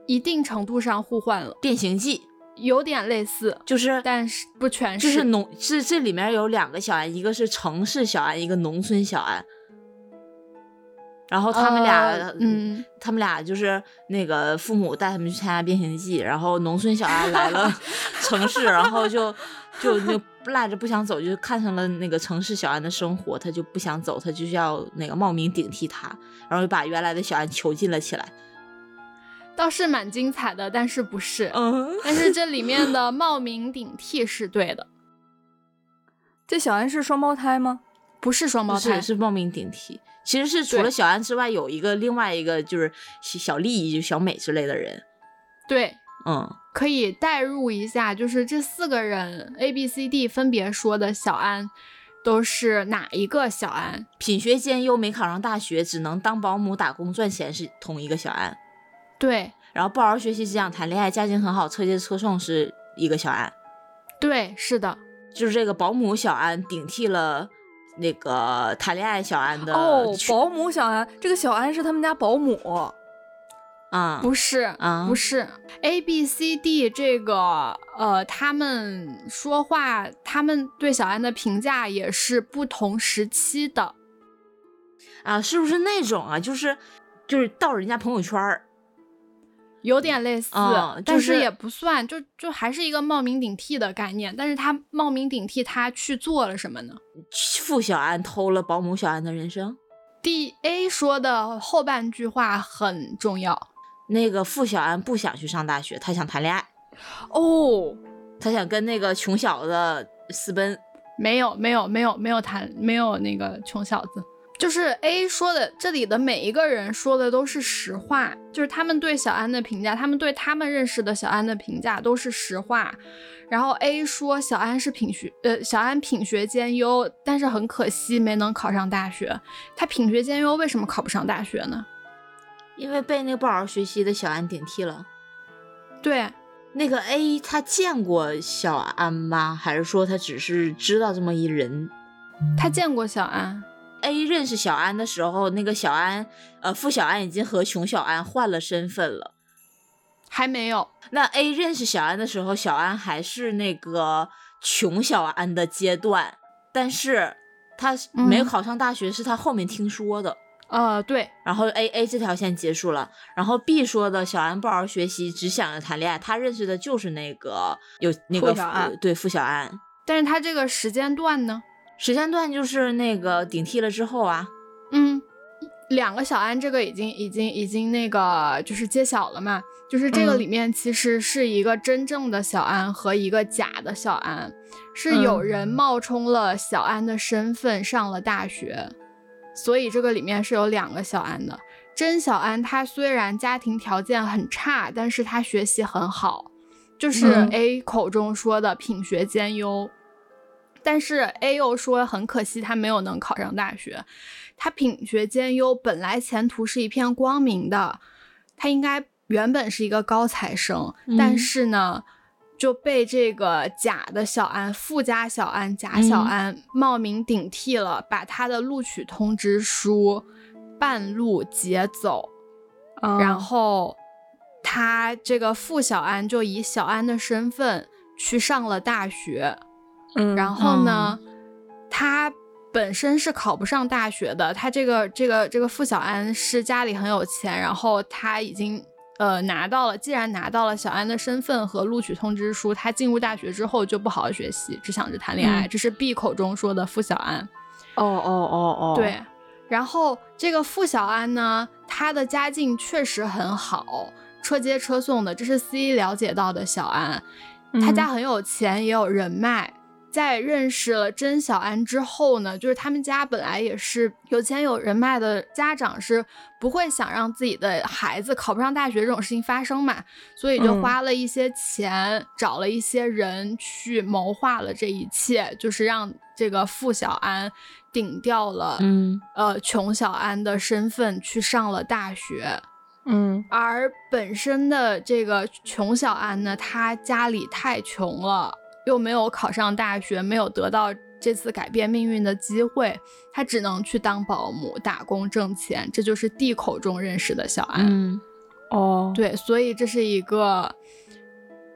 B: 一定程度上互换了，
A: 变形记
B: 有点类似，
A: 就是，
B: 但是不全。
A: 就是是农是这里面有两个小安，一个是城市小安，一个农村小安。然后他们俩，
B: 呃嗯，
A: 他们俩就是那个父母带他们去参加变形记，然后农村小安来 了城市，然后就就那赖着不想走，就看上了那个城市小安的生活，他就不想走，他就要那个冒名顶替他，然后就把原来的小安囚禁了起来。
B: 倒是蛮精彩的，但是不是？
A: 嗯，
B: 但是这里面 的冒名顶替是对的，
C: 这小安是双胞胎吗？
B: 不是双
A: 不
B: 胞胎
A: 是，是冒名顶替，其实是除了
B: 对
A: 小安之外，有一个另外一个就是小小丽，就小美之类的人。
B: 对，
A: 嗯，
B: 可以代入一下，就是这四个人 A、B、C、D 分别说的小安都是哪一个小安？
A: 品学兼优，没考上大学，只能当保姆打工赚钱，是同一个小安。
B: 对
A: 然后不好好学习，只想谈恋爱，家境很好，车接车送是一个小安，
B: 对，是的，
A: 就是这个保姆小安顶替了那个谈恋爱小安的
C: 哦，
A: 去
C: 保姆小安，这个小安是他们家保姆。
A: 啊、
B: 不是，
A: 啊
B: 不是 A B C D 这个呃，他们说话，他们对小安的评价也是不同时期的。
A: 啊，是不是那种啊，就是就是到人家朋友圈儿
B: 有点类似，
A: 嗯就
B: 但
A: 是
B: 是也不算，就就还是一个冒名顶替的概念。但是他冒名顶替，他去做了什么呢？
A: 付小安偷了保姆小安的人生。
B: D A 说的后半句话很重要，
A: 那个付小安不想去上大学，他想谈恋爱，
C: 哦，
A: 他想跟那个穷小子私奔。
B: 没有没有没有没有谈没有那个穷小子，就是 A 说的，这里的每一个人说的都是实话，就是他们对小安的评价，他们对他们认识的小安的评价都是实话。然后 A 说小安是品学呃小安品学兼优，但是很可惜没能考上大学。他品学兼优为什么考不上大学呢？
A: 因为被那个不好好学习的小安顶替了。
B: 对，
A: 那个 A 他见过小安吗？还是说他只是知道这么一人
B: 他见过小安，
A: ？A 认识小安的时候，那个小安，呃，付小安已经和穷小安换了身份了。
B: 还没有。
A: 那 A 认识小安的时候，小安还是那个穷小安的阶段，但是他是没有
B: 嗯
A: 考上大学，是他后面听说的。
B: 呃，对，
A: 然后 A A 这条线结束了，然后 B 说的小安不好好学习，只想着谈恋爱，他认识的就是那个有那个
C: 付小安
A: 对付小安，
B: 但是他这个时间段呢？
A: 时间段就是那个顶替了之后啊，
B: 嗯，两个小安这个已经已经已经那个就是揭晓了嘛，就是这个
C: 嗯
B: 里面其实是一个真正的小安和一个假的小安，是有
C: 嗯
B: 人冒充了小安的身份上了大学，所以这个里面是有两个小安的。真小安他虽然家庭条件很差，但是他学习很好，就是
C: 嗯
B: A 口中说的品学兼优。但是 A 又说很可惜他没有能考上大学，他品学兼优，本来前途是一片光明的，他应该原本是一个高材生，但是呢，就被这个假的小安、富家小安、假小安、冒名顶替了，把他的录取通知书半路劫走，
C: 哦嗯
B: 然后他这个付小安就以小安的身份去上了大学，
C: 嗯
B: 然后呢，他本身是考不上大学的，他这个这个这个付小安是家里很有钱，然后他已经呃拿到了，既然拿到了小安的身份和录取通知书，他进入大学之后就不好好学习，只想着谈恋
C: 嗯
B: 爱，这是 B 口中说的付小安。
C: 哦哦哦哦，，
B: 对，然后这个付小安呢，他的家境确实很好，车接车送的，这是 C 了解到的小安，哦他
C: 嗯
B: 家很有钱，也有人脉。在认识了真小安之后呢，就是他们家本来也是有钱有人脉的家长是不会想让自己的孩子考不上大学这种事情发生嘛，所以就
C: 嗯
B: 花了一些钱，找了一些人去谋划了这一切，就是让这个付小安顶掉了，
A: 嗯
B: 呃，穷小安的身份去上了大学。
C: 嗯
B: 而本身的这个穷小安呢，他家里太穷了，又没有考上大学，没有得到这次改变命运的机会，他只能去当保姆打工挣钱。这就是 D 口中认识的小安。
A: 嗯，
C: 哦，
B: 对，所以这是一个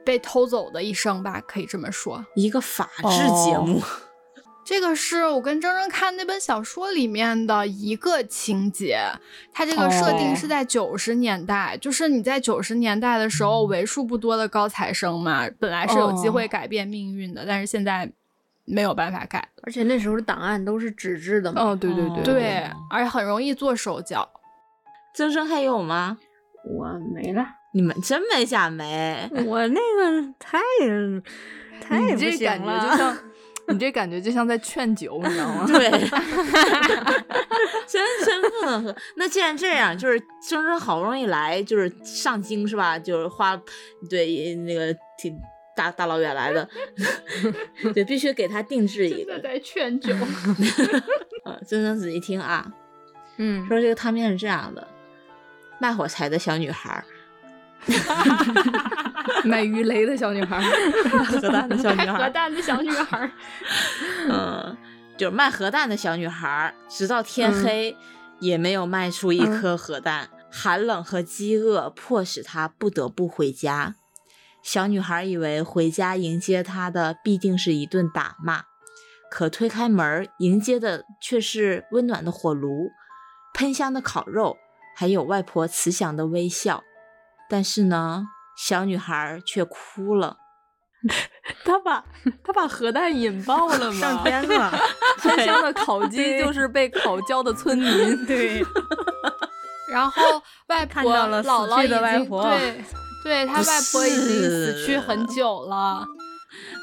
B: 被偷走的一生吧，可以这么说。
A: 一个法制节目，
B: 这个是我跟铮铮看那本小说里面的一个情节，它这个设定
C: 哦
B: 是在九十年代，就是你在九十年代的时候，为数不多的高材生嘛，本来是有机
D: 哦
B: 会改变命运的，但是现在没有办法改了。
D: 而且那时候的档案都是纸质的嘛。
C: 哦，对对对
A: 对
B: 对，而且很容易做手脚。
A: 增生还有吗？
D: 我没了，
A: 你们真没假 没？
D: 哦我那个太太
C: 你
D: 不
C: 这
D: 行
C: 感觉就
D: 了。
C: 像，你这感觉就像在劝酒，你知道吗？
A: 对，真真不能喝。那既然这样，就是铮铮好不容易来，就是上京是吧？就是花对那个挺大大老远来 的，对，必须给他定制一个。
B: 在劝酒，
A: 嗯，真真仔细听啊，
D: 嗯，
A: 说这个汤面是这样的：卖火柴的小女孩儿，
C: 卖鱼雷的小女孩儿，
A: 核弹的小女孩儿，
B: 蛋的小女孩，
A: 嗯，就是卖核弹的小女孩儿，直到天黑、也没有卖出一颗核弹。寒冷和饥饿迫使她不得不回家。小女孩以为回家迎接她的必定是一顿打骂，可推开门儿迎接的却是温暖的火炉、喷香的烤肉，还有外婆慈祥的微笑。但是呢，小女孩却哭了。
C: 他把他把核弹引爆了吗？
D: 上天了，
C: 天上的烤鸡
D: 对
C: 就是被烤焦的村民。
D: 对，
B: 然后外婆、
D: 看到了
B: 姥
D: 死
B: 姥已
D: 去
B: 经
D: 的外婆哦
B: 对，对他
A: 不
B: 外婆已经死去
A: 是
B: 很久了，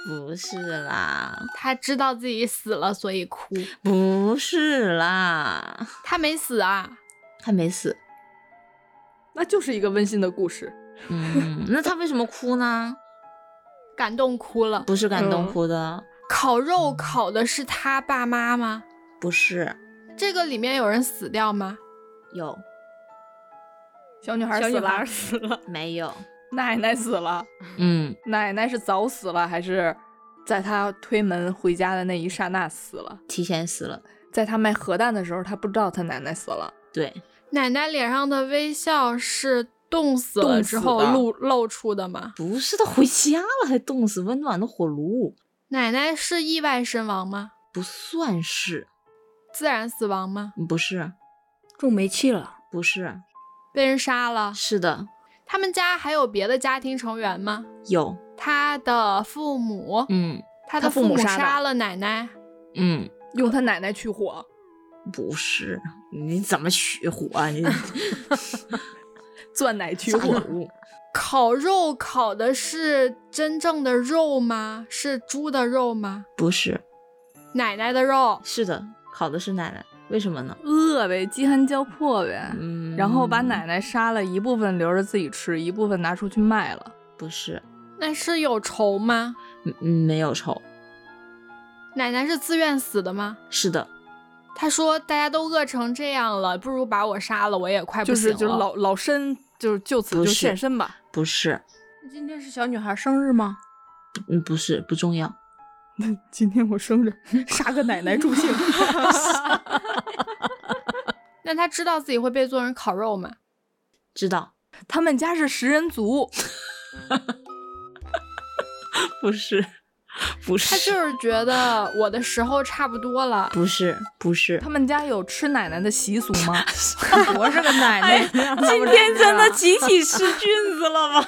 A: 不是啦，
B: 他知道自己死了，所以哭。
A: 不是啦，
B: 他没死啊，
A: 她没死。
C: 那就是一个温馨的故事。
A: 嗯，那她为什么哭呢？
B: 感动哭了。
A: 不是感动
D: 嗯
A: 哭的，
B: 烤肉
C: 嗯
B: 烤的是他爸妈吗？
A: 不是
B: 这个里面有人死掉吗？
A: 有
C: 小女孩
D: 小
C: 死
D: 女
C: 了
D: 孩，死了，
A: 没有？
C: 奶奶死了，
A: 嗯，
C: 奶奶是早死了还是在她推门回家的那一刹那死了？
A: 提前死了。
C: 在她卖核弹的时候，她不知道她奶奶死了。
A: 对，
B: 奶奶脸上的微笑是冻死了
C: 冻
B: 之
C: 死
B: 后
C: 的
B: 露露出的吗？
A: 不是她回家了还冻死温暖的火炉，
B: 奶奶是意外身亡吗？
A: 不算是，
B: 自然死亡吗？
A: 不是，
D: 中煤气了，
A: 不是，
B: 被人杀了？
A: 是的，
B: 他们家还有别的家庭成员吗？
A: 有，
B: 他的父母，
A: 嗯
B: 他
C: 他
B: 的
C: 父
B: 父
C: 母
B: 母
C: 杀的
B: 杀了奶奶，
A: 嗯，
C: 用她奶奶去火，
A: 不是，你怎么取火啊？ 你
C: 钻奶去
A: 啥
C: 火。
A: 物？
B: 烤肉烤的是真正的肉吗？是猪的肉吗？
A: 不是，
B: 奶奶的肉？
A: 是的，烤的是奶奶，为什么呢？
C: 饿呗，饥寒交迫呗，
A: 嗯，
C: 然后把奶奶杀了一部分留着自己吃，一部分拿出去卖了。
A: 不是，
B: 那是有仇吗？
A: 嗯嗯，没有仇，
B: 奶奶是自愿死的吗？
A: 是的，
B: 她说大家都饿成这样了，不如把我杀了，我也快不
C: 就
B: 行
C: 是
B: 了。
C: 就是老老身，就是就此
A: 不
C: 就是现身吧。
A: 不是，
D: 今天是小女孩生日吗？
A: 嗯，不是，不重要，
C: 今天我生日，杀个奶奶助 兴。
B: 那她知道自己会被做成烤肉吗？
A: 知道，
C: 他们家是食人族，
A: 不是，不是，
B: 她就是觉得我的时候差不多了。
A: 不是，不是
C: 他，们家有吃奶奶的习俗 吗？
D: 我是个奶奶，哎今
A: 今天真
C: 啊
A: 的集 体吃菌子了吗？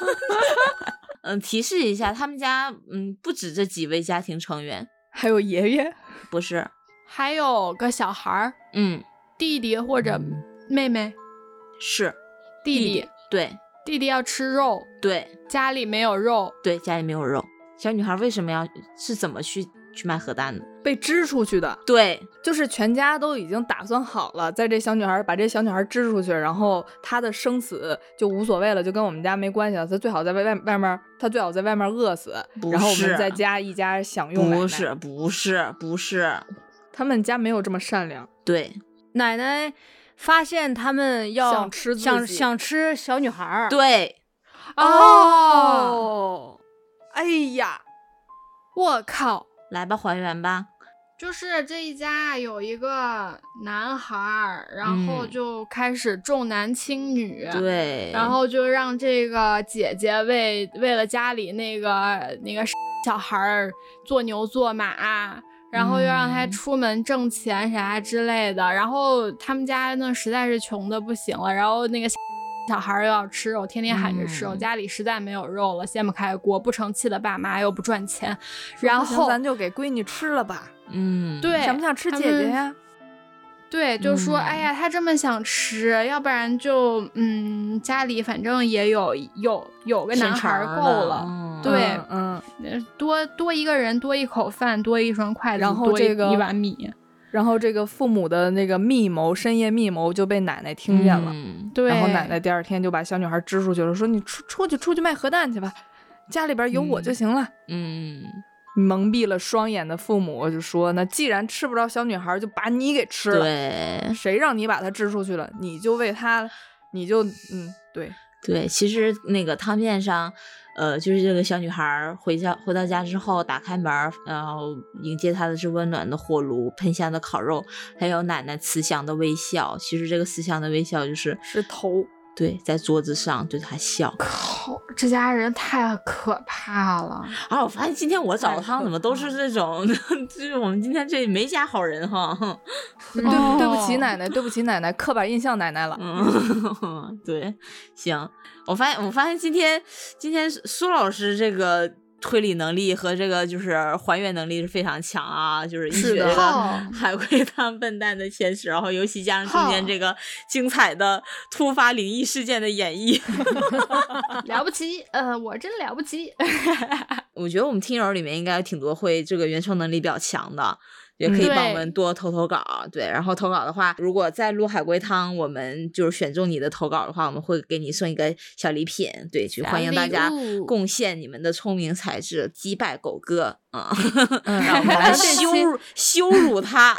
A: 嗯，提示一下，他们家嗯不止这几位家庭成员，
C: 还有爷爷，
A: 不是，
B: 还有个小孩儿，
A: 嗯，
B: 弟弟或者妹妹，
A: 是
B: 弟弟，弟弟
A: 对
B: 要吃肉，
A: 对
B: 家里没有肉，
A: 对，家里没有肉，小女孩为什么要是怎么去去卖核弹的？
C: 被支出去的，
A: 对，
C: 就是全家都已经打算好了，在这小女孩把这小女孩支出去，然后她的生死就无所谓了，就跟我们家没关系了。她最好在外外外面，她最好在外面饿死，
A: 不
C: 然后我
A: 是
C: 们在家一家享用奶奶。
A: 不是，不是，不是，
C: 他们家没有这么善良，
A: 对
D: 奶奶发现他们要
C: 想吃自
D: 想
C: 己
D: 想吃小女孩儿，
A: 对，
B: 哦，
C: 哦，哎呀，
B: 我靠！
A: 来吧，还原吧，
B: 就是这一家有一个男孩儿，然后
A: 嗯
B: 就开始重男轻女，
A: 对，
B: 然后就让这个姐姐为为了家里那个那个小孩儿做牛做马，啊然后又让他
A: 嗯
B: 出门挣钱啥啊之类的。然后他们家那实在是穷的不行了，然后那个小孩儿又要吃肉，天天喊着吃肉，
A: 嗯
B: 家里实在没有肉了，掀不开锅，不成器的爸妈又不赚钱，然
C: 不行
B: 后
C: 咱就给闺女吃了吧，
A: 嗯，
B: 对
C: 想不想吃姐
B: 他
C: 姐
B: 们
C: 呀？
B: 对，就说、
A: 嗯
B: 哎呀，他这么想吃，要不然就嗯，家里反正也有有有个
A: 现
B: 男孩儿
A: 成
B: 够
A: 的
B: 了。
A: 嗯
B: 对
C: 嗯，嗯
B: 呃多多一个人，多一口饭，多一双筷子，
C: 然后
B: 多一
C: 这个
B: 一碗米，
C: 然后这个父母的那个密谋，深夜密谋就被奶奶听见了，
A: 嗯
B: 对，
C: 然后奶奶第二天就把小女孩支出去了，说你出出去出去卖核弹去吧，家里边有我就行了。
A: 嗯，
C: 蒙蔽了双眼的父母就说：“那既然吃不着小女孩，就把你给吃了。
A: 对
C: 谁让你把她支出去了，你就为她，你就嗯，对，
A: 对，其实那个汤面上，呃，就是这个小女孩儿回家回到家之后，打开门儿，然后迎接她的是温暖的火炉、喷香的烤肉，还有奶奶慈祥的微笑。其实这个慈祥的微笑就是
C: 是头
A: 对，在桌子上对他笑。
B: 靠，这家人太可怕了。
A: 啊，我发现今天我找
C: 太
A: 的汤
C: 可
A: 怎么都是这种， 就是我们今天这里没加好人哈。
C: 对
B: 哦
C: 对不起奶奶，对不起奶奶，刻板印象奶奶了。
A: 嗯， 对，行，我发现我发现今天今天苏老师这个推理能力和这个就是还原能力是非常强啊，就是一
C: 是
A: 学
C: 的
A: 这个
B: 靠，
A: 海龟汤笨蛋的前史，然后尤其加上中间
B: 好
A: 这个精彩的突发灵异事件的演绎，
B: 了不起，呃，我真了不起。
A: 我觉得我们听友里面应该有挺多会这个原创能力比较强的，也可以
B: 嗯
A: 帮我们多投投稿。对，然后投稿的话，如果再录海龟汤，我们就是选中你的投稿的话，我们会给你送一个小礼品。对，就欢迎大家
B: 小礼物
A: 贡献你们的聪明才智，击败狗哥啊，
C: 嗯，
A: 让我们来羞辱羞辱他，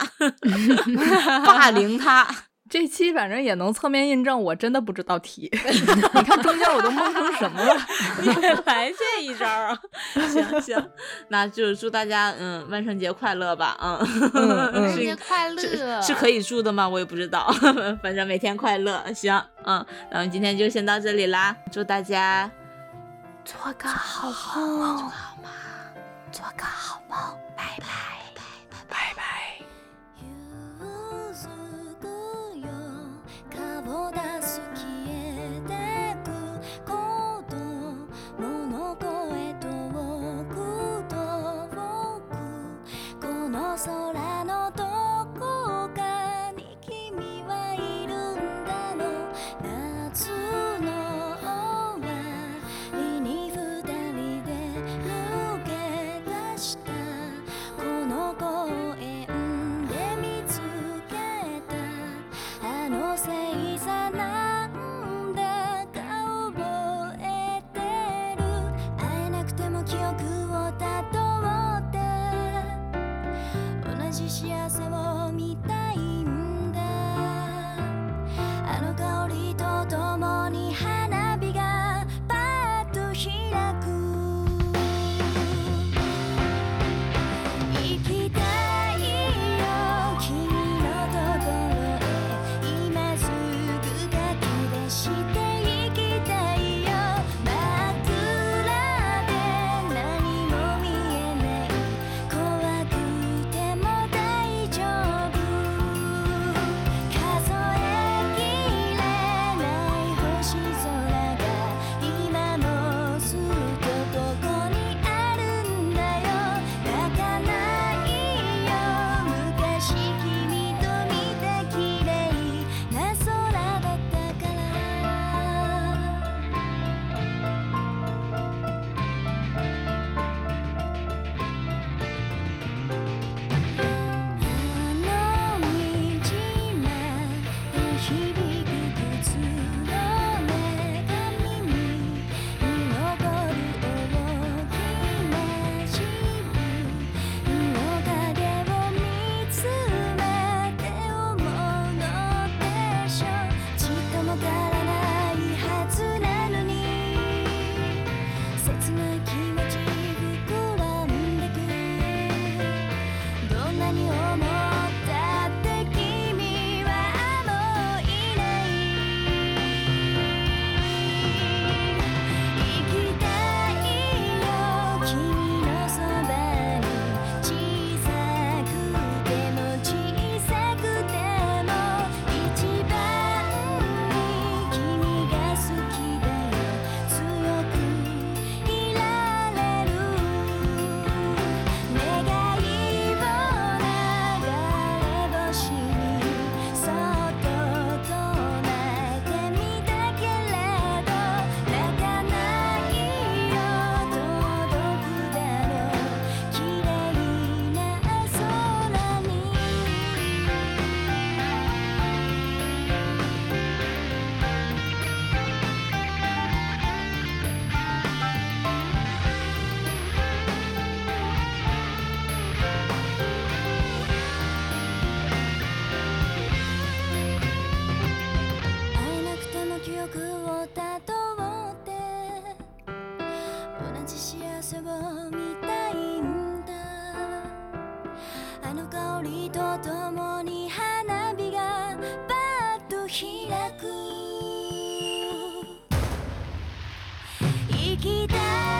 A: 霸凌他。
C: 这期反正也能侧面印证，我真的不知道题。 你看中间我都蒙成什么了？
A: 你来这一招啊！行行，那就祝大家嗯万圣节快乐吧，嗯
C: 嗯 嗯
A: 是一个
B: 快乐
A: 是是可以住的吗？我也不知道， 反正每天快乐。行，嗯，那我们今天就先到这里啦，祝大家
B: 做个好梦，做个好梦，拜拜，拜拜，拜拜。
F: 夕くよ顔出す消えてくこと物声遠く遠くこの空のどこかに君はいるんだろう夏の終わりに二人で抜け出したこの公園で見つけたあの星座なんだか覚えてる会えなくても記憶をたどって同じ幸せを見たいんだあの香りとともに花火がパッと開く「行きたいよ君のところへ」「今すぐ駆け出して行きたいよ」「真っ暗で何も見えない」「怖くても大丈夫」「数えきれない星空が」「今もずっとここにあるんだよ」「泣かないよ昔君と見た綺麗な空だったから」「あの道が響く靴の中に残る大きな自分の影を見つめて思うのでしょ」「ちっとも変わらないはずなのに」「切な気持ち膨らんでく」どんなに思ったって君はもういない「行きたいよ君のそばに」「小さくても小さくても」「一番に君が好きだよ」「強くいられる」「願いを流れ星にそっと唱えてみたけれど」「泣かないよ届くだろう綺麗な空に」会えなくても記憶をたどって同じ幸せを見たいんだあの香りとともに花火がパッと開くきたい